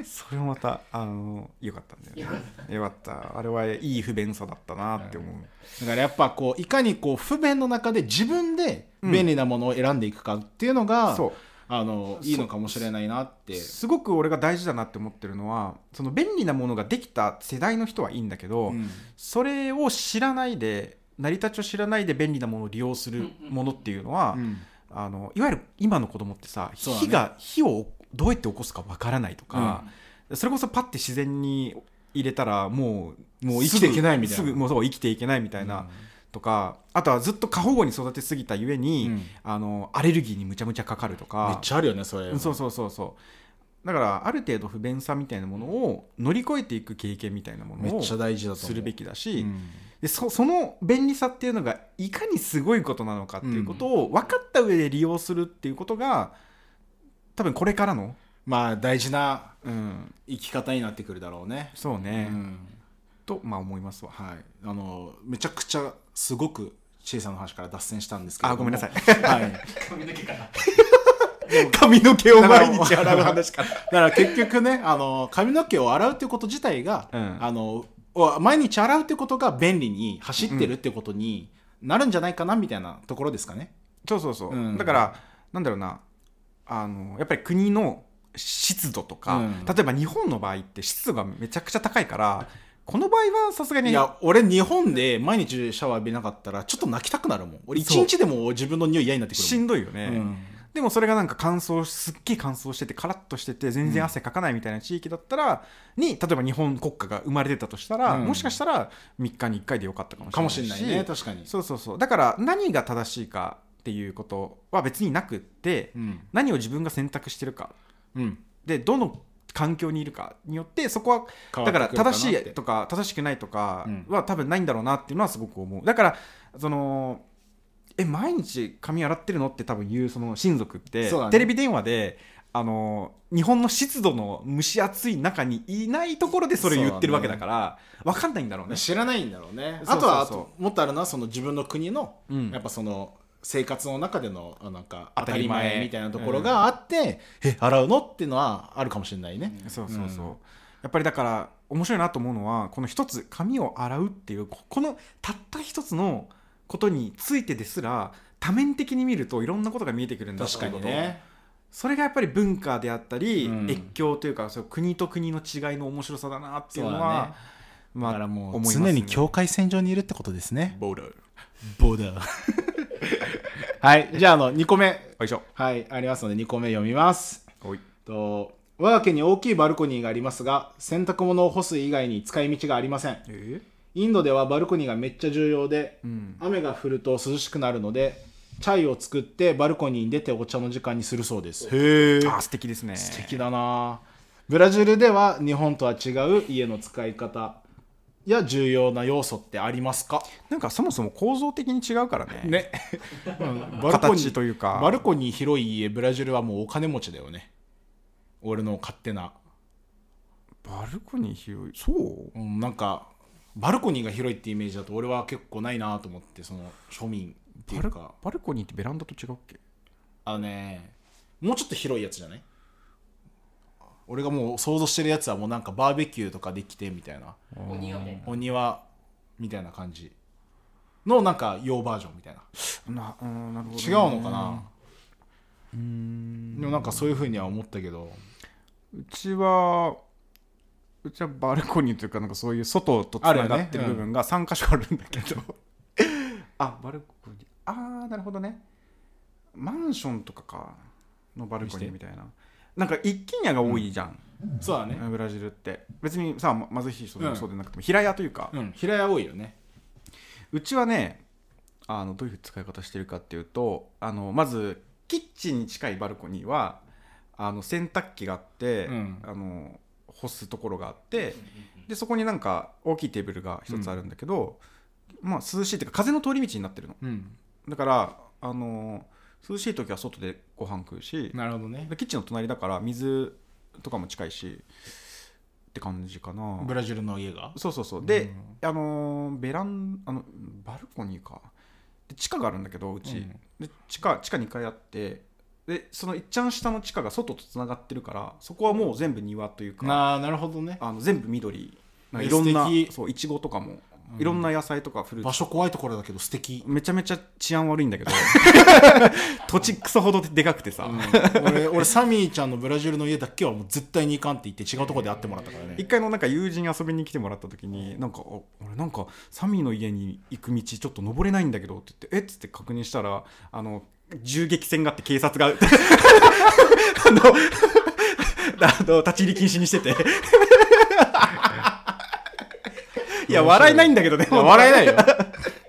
それもまたあのよかったんだよねよかったあれはいい不便さだったなって思う、だからやっぱこういかにこう不便の中で自分で便利なものを選んでいくかっていうのが、そうあのいいのかもしれないなってすごく俺が大事だなって思ってるのはその便利なものができた世代の人はいいんだけど、うんそれを知らないで成り立ちを知らないで便利なものを利用するものっていうのは、うんあのいわゆる今の子供ってさ、そうだね火が火をどうやって起こすかわからないとか、それこそパッて自然に入れたらもうもう生きていけないみたいなすぐすぐもうそう生きていけないみたいな、うんとかあとはずっと過保護に育てすぎたゆえに、うんあのアレルギーにむちゃむちゃかかるとかめっちゃあるよねそれうんそうそうそうそうだからある程度不便さみたいなものを乗り越えていく経験みたいなもめのっちゃを大事だと思うするべきだし、うんでそその便利さっていうのがいかにすごいことなのかっていうことを分かった上で利用するっていうことが多分これからの、まあ大事なうん、生き方になってくるだろうね、そううね、んとまあ思いますわ。はいあのめちゃくちゃすごくシェイさんの話から脱線したんですけれどあごめもんな さいはい 髪の毛から。髪の毛を毎日洗う話から。だから結局ねあの髪の毛を洗う っていうこと自体が、うんあのお毎日洗うってことが便利に走ってるってことになるんじゃないかなみたいなところですかね。そうそうそう、うんだからなんだろうなあのやっぱり国の湿度とか、うん例えば日本の場合って湿度がめちゃくちゃ高いからこの場合はさすがにいや俺日本で毎日シャワー浴びなかったらちょっと泣きたくなるもん俺一そう日でも自分の匂い嫌になってくしるもんんどいよね、うんでもそれがなんか乾燥すっげえ乾燥しててカラッとしてて全然汗かかないみたいな地域だったら、に例えば日本国家が生まれてたとしたら、うんもしかしたら3日に1回でよかったかもしれないかもしれないね確かに、そうそうそうだから何が正しいかっていうことは別になくって、うん何を自分が選択してるかうん、でどの環境にいるかによってそこは変わだってからくるかな正しいとか正しくないとかうんは多分ないんだろうなっていうのはすごく思うだからそのえ毎日髪洗ってるのって多分言うその親族って、そうだねテレビ電話であの日本の湿度の蒸し暑い中にいないところでそれ言ってるわけだからわかんないんだろうね。知らないんだろうねそうそうそうあとはあともっとあるのはその自分の国の、うんやっぱその生活の中でのあなんか当た当たりり前前みたいなところがあって、え洗うのっていうのはあるかもしれないね、そうそうそう、うんやっぱりだから面白いなと思うのはこの一つ髪を洗うっていうここのたった一つのことについてですら多面的に見るといろんなことが見えてくるんだ確かってこにとねそれがやっぱり文化であったり、うん越境というかそう国と国の違いの面白さだなっていうのそうだはねまあだからも思ういますね常に境界線上にいるってことですねボーダーよボーダー はいじゃああの2個目いしょはいありますので2個目読みますおいと我が家に大きいバルコニーがありますが洗濯物を干す以外に使い道がありませんえインドではバルコニーがめっちゃ重要で、ん雨が降ると涼しくなるのでチャイを作ってバルコニーに出てお茶の時間にするそうですへえあ素敵ですね素敵だなブラジルでは日本とは違う家の使い方や重要な要素ってありますかなんかそもそも構造的に違うからねね、うんバルコニ形ーというかバルコニー広い家ブラジルはもうお金持ちだよね俺の勝手な、バルコニー広いそううん、なんかバルコニーが広いってイメージだと俺は結構ないなと思ってその庶民っていバうルかバルコニーってベランダと違うっけあのねもうちょっと広いやつじゃない俺がもう想像してるやつはもうなんかバーベキューとかできてみたいなお庭みたいお庭みたいな感じのなんか洋バージョンみたいななうんなるほどね違うのかなでもなんかそういうふうには思ったけどうちはうちはバルコニーというかなんかそういう外とつながってるあるよねうん部分が3箇所あるんだけど あバルコニーああなるほどねマンションとかかのバルコニーみたいななんか一軒家が多いじゃん、そうだねブラジルって別にさま貧しい人でうもんそうでなくても、平屋というか、うん平屋多いよねうちはねあのどういう使い方してるかっていうとあのまずキッチンに近いバルコニーはあの洗濯機があって、うんあの干すところがあってでそこになんか大きいテーブルが一つあるんだけど、まあ涼しいっていうか風の通り道になってるのうんだからあの涼しい時は外でご飯食うしなるほどねでキッチンの隣だから水とかも近いしって感じかなブラジルの家がそうそうそうで、あのーベランあのバルコニーかで地下があるんだけどうち、うんで地下地下2階あってでそのいっちゃん下の地下が外とつながってるからそこはもう全部庭というか、ああなるほどねあの全部緑なんかえいろんな素敵そういちごとかも、いろんな野菜とかフルー場ツ所怖いところだけど素敵、めちゃめちゃ治安悪いんだ けど土地クソほどでかくてさ、俺俺サミーちゃんのブラジルの家だけはもう絶対に行かんって言って違うところで会ってもらったからね一回のなんか友人遊びに来てもらった時になんかあ「俺なんかサミーの家に行く道ちょっと登れないんだけど」って言って「えっ?」つって確認したらあの銃撃戦があって警察が あの あの立ち入り禁止にして ていや笑えないんだけどねいや笑えないよ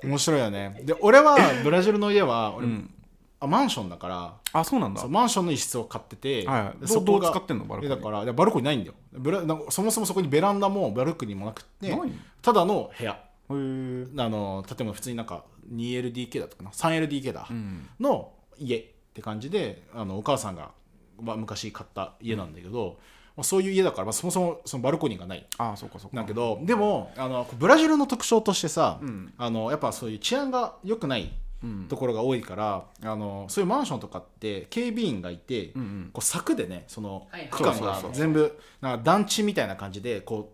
面白いよねで俺はブラジルの家は俺、うんあマンションだからあそうなんだそうマンションの一室を買ってて、はいはいどでそこどうが使ってんのバルコニーえだからいやバルコニーないんだよブラなんかそもそもそこにベランダもバルコニーもなくってないただの部屋へーあの建物普通になんか 2LDK だったかな 3LDK だ、うんの家って感じであのお母さんが、まあ、昔買った家なんだけど、まあ、そういう家だから、まあ、そもそもそのバルコニーがないあそうかそうかなんだけどでもあのブラジルの特徴としてさ、うんあのやっぱそういう治安が良くないうんところが多いから、あのそういうマンションとかって警備員がいて、うんうんこう柵でねそのはいはい区間がそうそうそう全部なんか団地みたいな感じでこ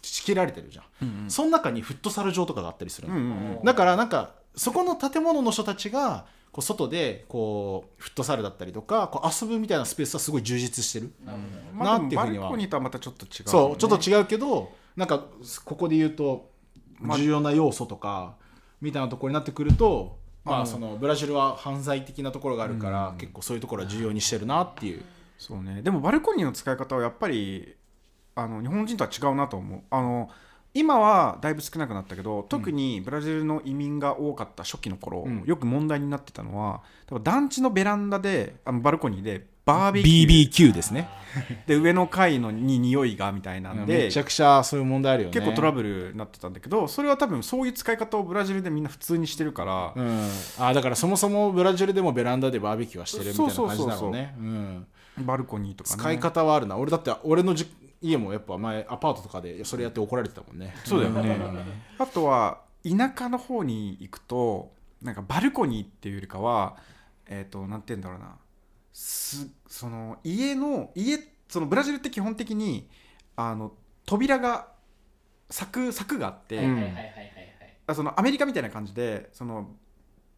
う仕切られてるじゃん、その中にフットサル場とかがあったりするうの、んうんだからなんかそこの建物の人たちがこう外でこうフットサルだったりとかこう遊ぶみたいなスペースはすごい充実してる、うんまあでなもっていうふうにはバルコニーとはまたちょっと違うもんそねうちょっと違うけどなんかここで言うとまあ重要な要素とかみたいなところになってくると、まああ、そのブラジルは犯罪的なところがあるから結構そういうところは重要にしてるなっていう。そうねでもバルコニーの使い方はやっぱりあの日本人とは違うなと思うあの今はだいぶ少なくなったけど特にブラジルの移民が多かった初期の頃、うんよく問題になってたのは多分団地のベランダであのバルコニーでバーベキュー BBQ ですねで上の階のに匂いがみたいなんで、めちゃくちゃそういう問題あるよね結構トラブブルになってたんだけどそれは多分そういう使い方をブラジルでみんな普通にしてるから、うん、あだからそもそもブラジルでもベランダでバーベキューはしてるみたいな感じだろうねうんバルコニーとかね使い方はあるな俺だって俺のじ家もやっぱ前アパートとかでそれやって怒られてたもんねそうだよねあとは田舎の方に行くとなんかバルコニーっていうよりかはえっ、となんて言うんだろうなすその家の家そのブラジルって基本的にあの扉が柵柵があって、はいはいはいはいあそのアメリカみたいな感じでその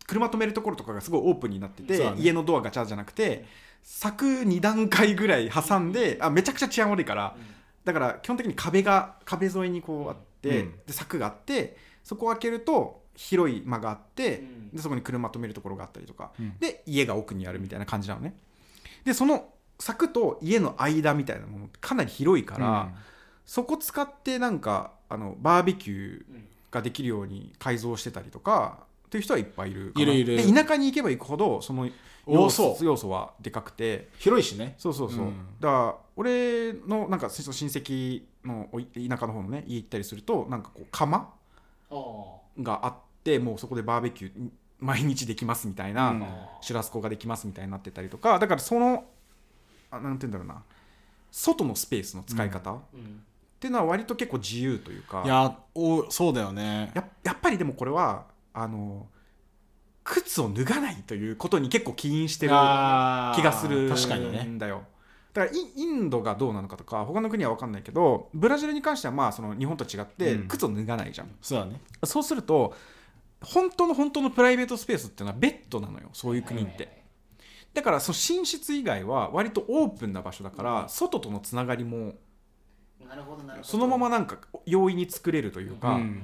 車止めるところとかがすごいオープンになってて、そうだね家のドアガチャじゃなくて柵2段階ぐらい挟んであめちゃくちゃ治安悪いからはいだから基本的に壁が壁沿いにこうあって、うんで柵があってそこを開けると広い間があって、うんでそこに車止めるところがあったりとか、うんで家が奥にあるみたいな感じなのねでその柵と家の間みたいなものってかなり広いから、そこ使ってなんかあのバーベキューうんができるように改造してたりとかっていう人はいっぱいいるかないるいるで田舎に行けば行くほどその多要そ素う要素はでかくて広いしねそうそうそう、うんだから俺のなんかその親戚のおい田舎の方のね家行ったりするとなんかこう釜あーがあってもうそこでバーベキュー毎日できますみたいな、うんシュラスコができますみたいになってたりとかだからそのあなんて言うんだろうな外のスペースの使い方、うんっていうのは割と結構自由というかいやおそうだよねややっぱりでもこれはあの靴を脱がないということに結構起因してるあー気がする確かにねんだよ。だからインインドがどうなのかとか他の国は分かんないけどブラジルに関してはまあその日本と違ってうん靴を脱がないじゃん、そうだねそうすると本当の本当のプライベートスペースっていうのはベッドなのよそういう国って、だからその寝室以外は割とオープンな場所だから外とのつながりもなるほどなるほどそのままなんか容易に作れるというか、うん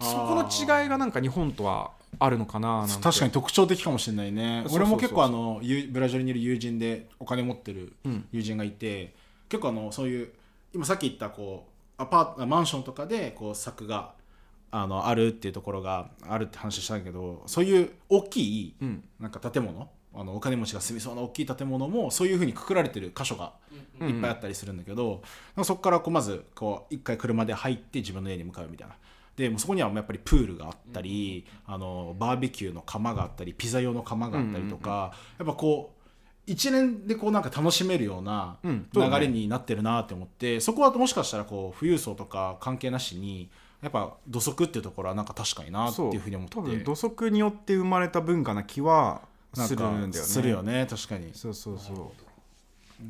そこの違いがなんか日本とはあるのかななんて確かに特徴的かもしれないねそうそうそう俺も結構あのゆブラジルにいる友人でお金持ってるうん友人がいて結構あのそういう今さっき言ったこうアパートマンションとかでこう柵があのあるっていうところがあるって話したんだけどそういう大きいうんなんか建物あのお金持ちが住みそうな大きい建物もそういうふうにくくられてる箇所がうんうんいっぱいあったりするんだけど、なんかそこからこうまずこう一回車で入って自分の家に向かうみたいな。でもうそこにはもうやっぱりプールがあったり、あのバーベキューの釜があったりピザ用の釜があったりとか、やっぱこう一連でこうなんか楽しめるようなうんそうだね流れになってるなって思って、そこはもしかしたらこう富裕層とか関係なしにやっぱ土足っていうところはなんか確かになっていうふうに思って多分土足によって生まれた文化な気はなんかするんだよねするよね確かにそうそうそうだ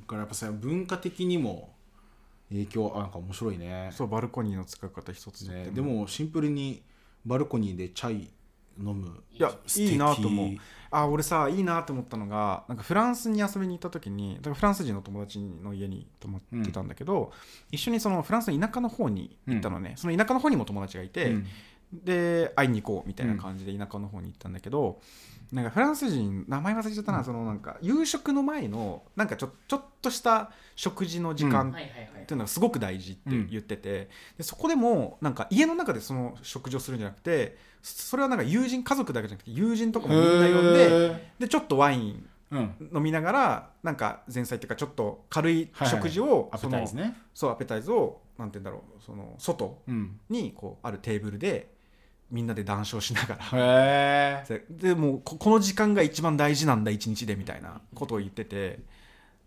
からやっぱさ文化的にも影響あなんか面白いねそうバルコニーの使い方一つねででもシンプルにバルコニーでチャイ飲むいや素敵いいなと思うあ俺さいいなと思ったのがなんかフランスに遊びに行った時にだからフランス人の友達の家に泊まってたんだけど、一緒にそのフランスの田舎の方に行ったのね、その田舎の方にも友達がいて、うんで会いに行こうみたいな感じで田舎の方に行ったんだけど、なんかフランス人名前忘れちゃったな、そのなんか夕食の前のなんかちょちょっとした食事の時う間んっはいはいはいていうのがすごく大事って言ってて、でそこでもなんか家の中でその食事をするんじゃなくてそそれはなんか友人家族だけじゃなくて友人とかもみんな呼んでへでちょっとワインーうん飲みながらなんか前菜っていうかちょっと軽いはいはい食事を、アそペタのイズねそうアペタイズをなんて言うんだろうその外うんにこうあるテーブルでみんなで談笑しながら、 へえでもうここの時間が一番大事なんだ一日でみたいなことを言ってて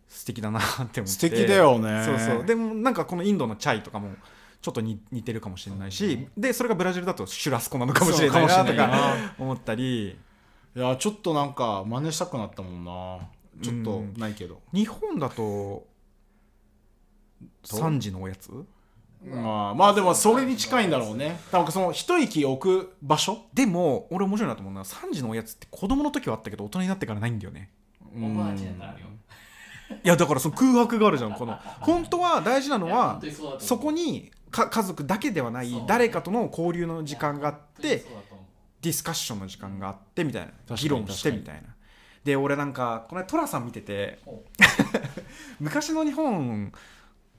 素敵だなって思って素敵だよねそうそうでもなんかこのインドのチャイとかもちょっとに似てるかもしれないしでそれがブラジルだとシュラスコなのかもしれないそなうかもとしれないかな思ったりいやちょっとなんか真似したくなったもんなちょっとうんないけど日本だとと3時のおやつまあまあでもそれに近いんだろうねなんかその一息置く場所でも俺面白いなと思うのは3時のおやつって子供の時はあったけど大人になってからないんだよねおばあちゃんなのよいやだからその空白があるじゃんこの本当は大事なのいや本は当にうだと思うそこにか家族だけではないそう誰かとの交流の時間があっいやて本当にそうだと思うディスカッションの時間があってみたいかなに議論して確かにみたいなで俺なんかこの間寅さん見ててほ 昔の日本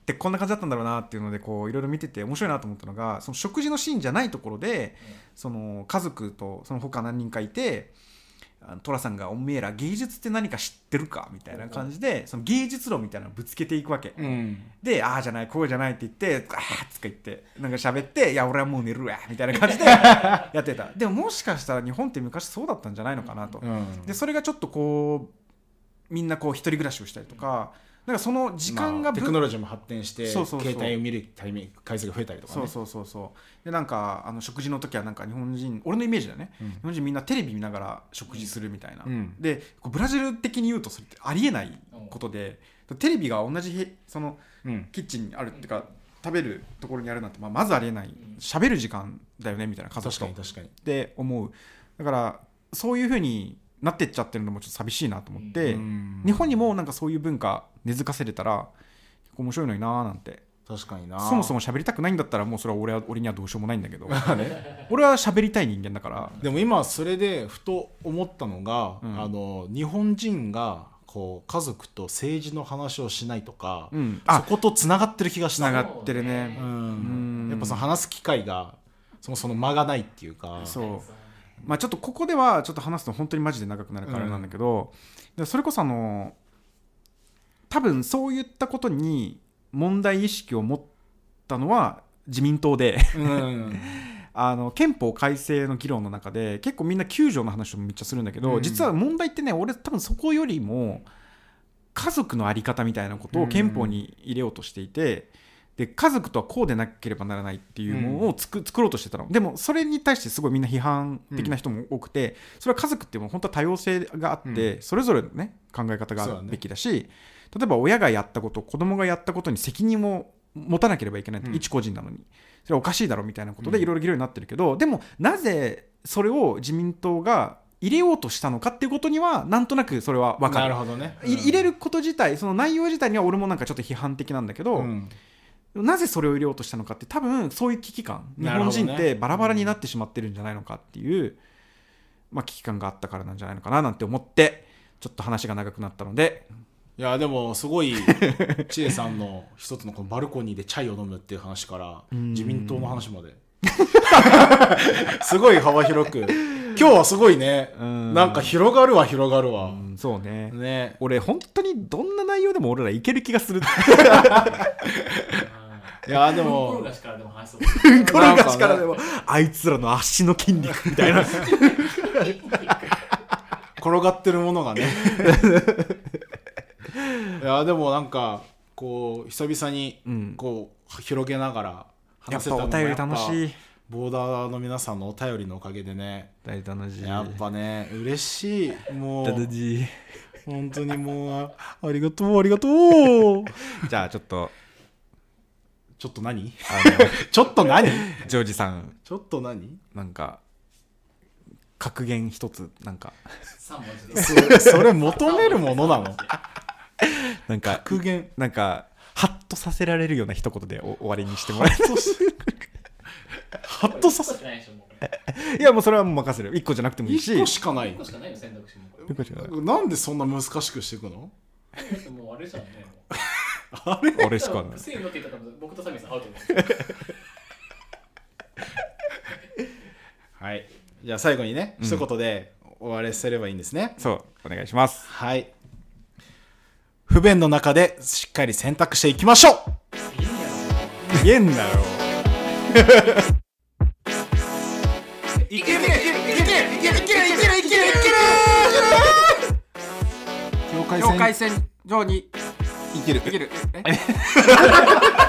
ってこんな感じだったんだろうなっていうのでこういろいろ見てて面白いなと思ったのがその食事のシーンじゃないところでその家族とその他何人かいてあの寅さんが「おめえら芸術って何か知ってるか?」みたいな感じでその芸術論みたいなのをぶつけていくわけ。うんで、ああじゃない、こうじゃないって言って、ああつか言って、なんか喋って、いや、俺はもう寝るわ、みたいな感 じでやってた。でも、もしかしたら日本って昔そうだったんじゃないのかなと。うんで、それがちょっとこみんなこう一人暮らしをしたりとか、なんかその時間まがあテぶクノロジーも発展してそうそうそう携帯を見るタイミング回数が増えたりとかねそうそうそうそうでなんかあの食事の時はなんか日本人俺のイメージだよね、うん日本人みんなテレビ見ながら食事するみたいな、うんでこうブラジル的に言うとそれってありえないことで、テレビが同じへそのうんキッチンにあるっていうか食べるところにあるなんて、まあ、まずありえない喋る時間だよねみたいな家族確とかっに確かにて思うだからそういうふうになってっちゃってるのもちょっと寂しいなと思って、うん日本にもなんかそういう文化根付かせれたら結構面白いのになーなんて確かになそもそもも喋りたくないんだったらもうそれは俺は俺にはどうしようもないんだけど俺は喋りたい人間だからでも今それでふと思ったのが、うんあの日本人がこう家族と政治の話をしないとか、うんそあことつながってる気がしつななががるってるねううんんやっぱその話す機会がそもそも間がないっていうかそうまあちょっとここではちょっと話すの本当にマジで長くなるからあれなんだけど、でそれこそあの多分そういったことに問題意識を持ったのは自民党で うんあの憲法改正の議論の中で結構みんな9条の話をめっちゃするんだけど、うん実は問題ってね俺多分そこよりも家族の在り方みたいなことを憲法に入れようとしていて、で家族とはこうでなければならないっていうものを作作ろうとしてたのでもそれに対してすごいみんな批判的な人も多くて、それは家族っていうのは本当は多様性があって、それぞれのね考え方があそうるだねべきだし例えば親がやったこと子供がやったことに責任を持たなければいけないって、うん一個人なのにそれはおかしいだろみたいなことでうんいろいろ議論になってるけど、でもなぜそれを自民党が入れようとしたのかっていうことにはなんとなくそれは分かなるるほどねい入れるること自体その内容自体には俺もなんかちょっと批判的なんだけど、うんなぜそれを入れようとしたのかって多分そういう危機感日なるほ本どね人ってバラバラになってしまってるんじゃないのかっていう、まあ、危機感があったからなんじゃないのかななんて思ってちょっと話が長くなったのでいやでもすごい知恵さんの一つのこのバルコニーでチャイを飲むっていう話からん自民党の話まですごい幅広く今日はすごいねうんなんか広がるわ広がるわうんそうねね俺本当にどんな内容でも俺らいける気が するいやでコロもガシからでも話そう。これが力でも、あいつらの足の筋肉みたいな転がってるもの がねいやでもなんかこう久々にうんこう広げながらや話っせぱたのおも便やりっぱ楽しいボーダーの皆さんのお便りのおかげでねお便り楽しいやっぱね嬉しいもう楽しい本当にもうあありがとうありがとう じゃあちょっとちょっと何 あ のちょっと何ジョージさんちょっと何なんか格言一つなんか三文字で。それそれ求めるものなのなんか苦言なんかハッとさせられるような一言でお終わりにしてもらえそうしハッとさせしかないでしょ、もうこれ。いやもうそれはもう任せる一個じゃなくてもいいし1個しかない一個しかないよ、選択肢も。こ一個しかないなんでそんな難しくしていくのれもうあれじ ゃんね。もう俺しかないせーのって言ったら僕とサミーさんアウトです。はいじゃあ最後にね、一言で終わらせればいいんですねそうお願いしますはい不便の中でしっかり選択していきましょう言えんだよいけるいけるいけるいけるいけるいけるいけるいける境界線線上にいけるいける。え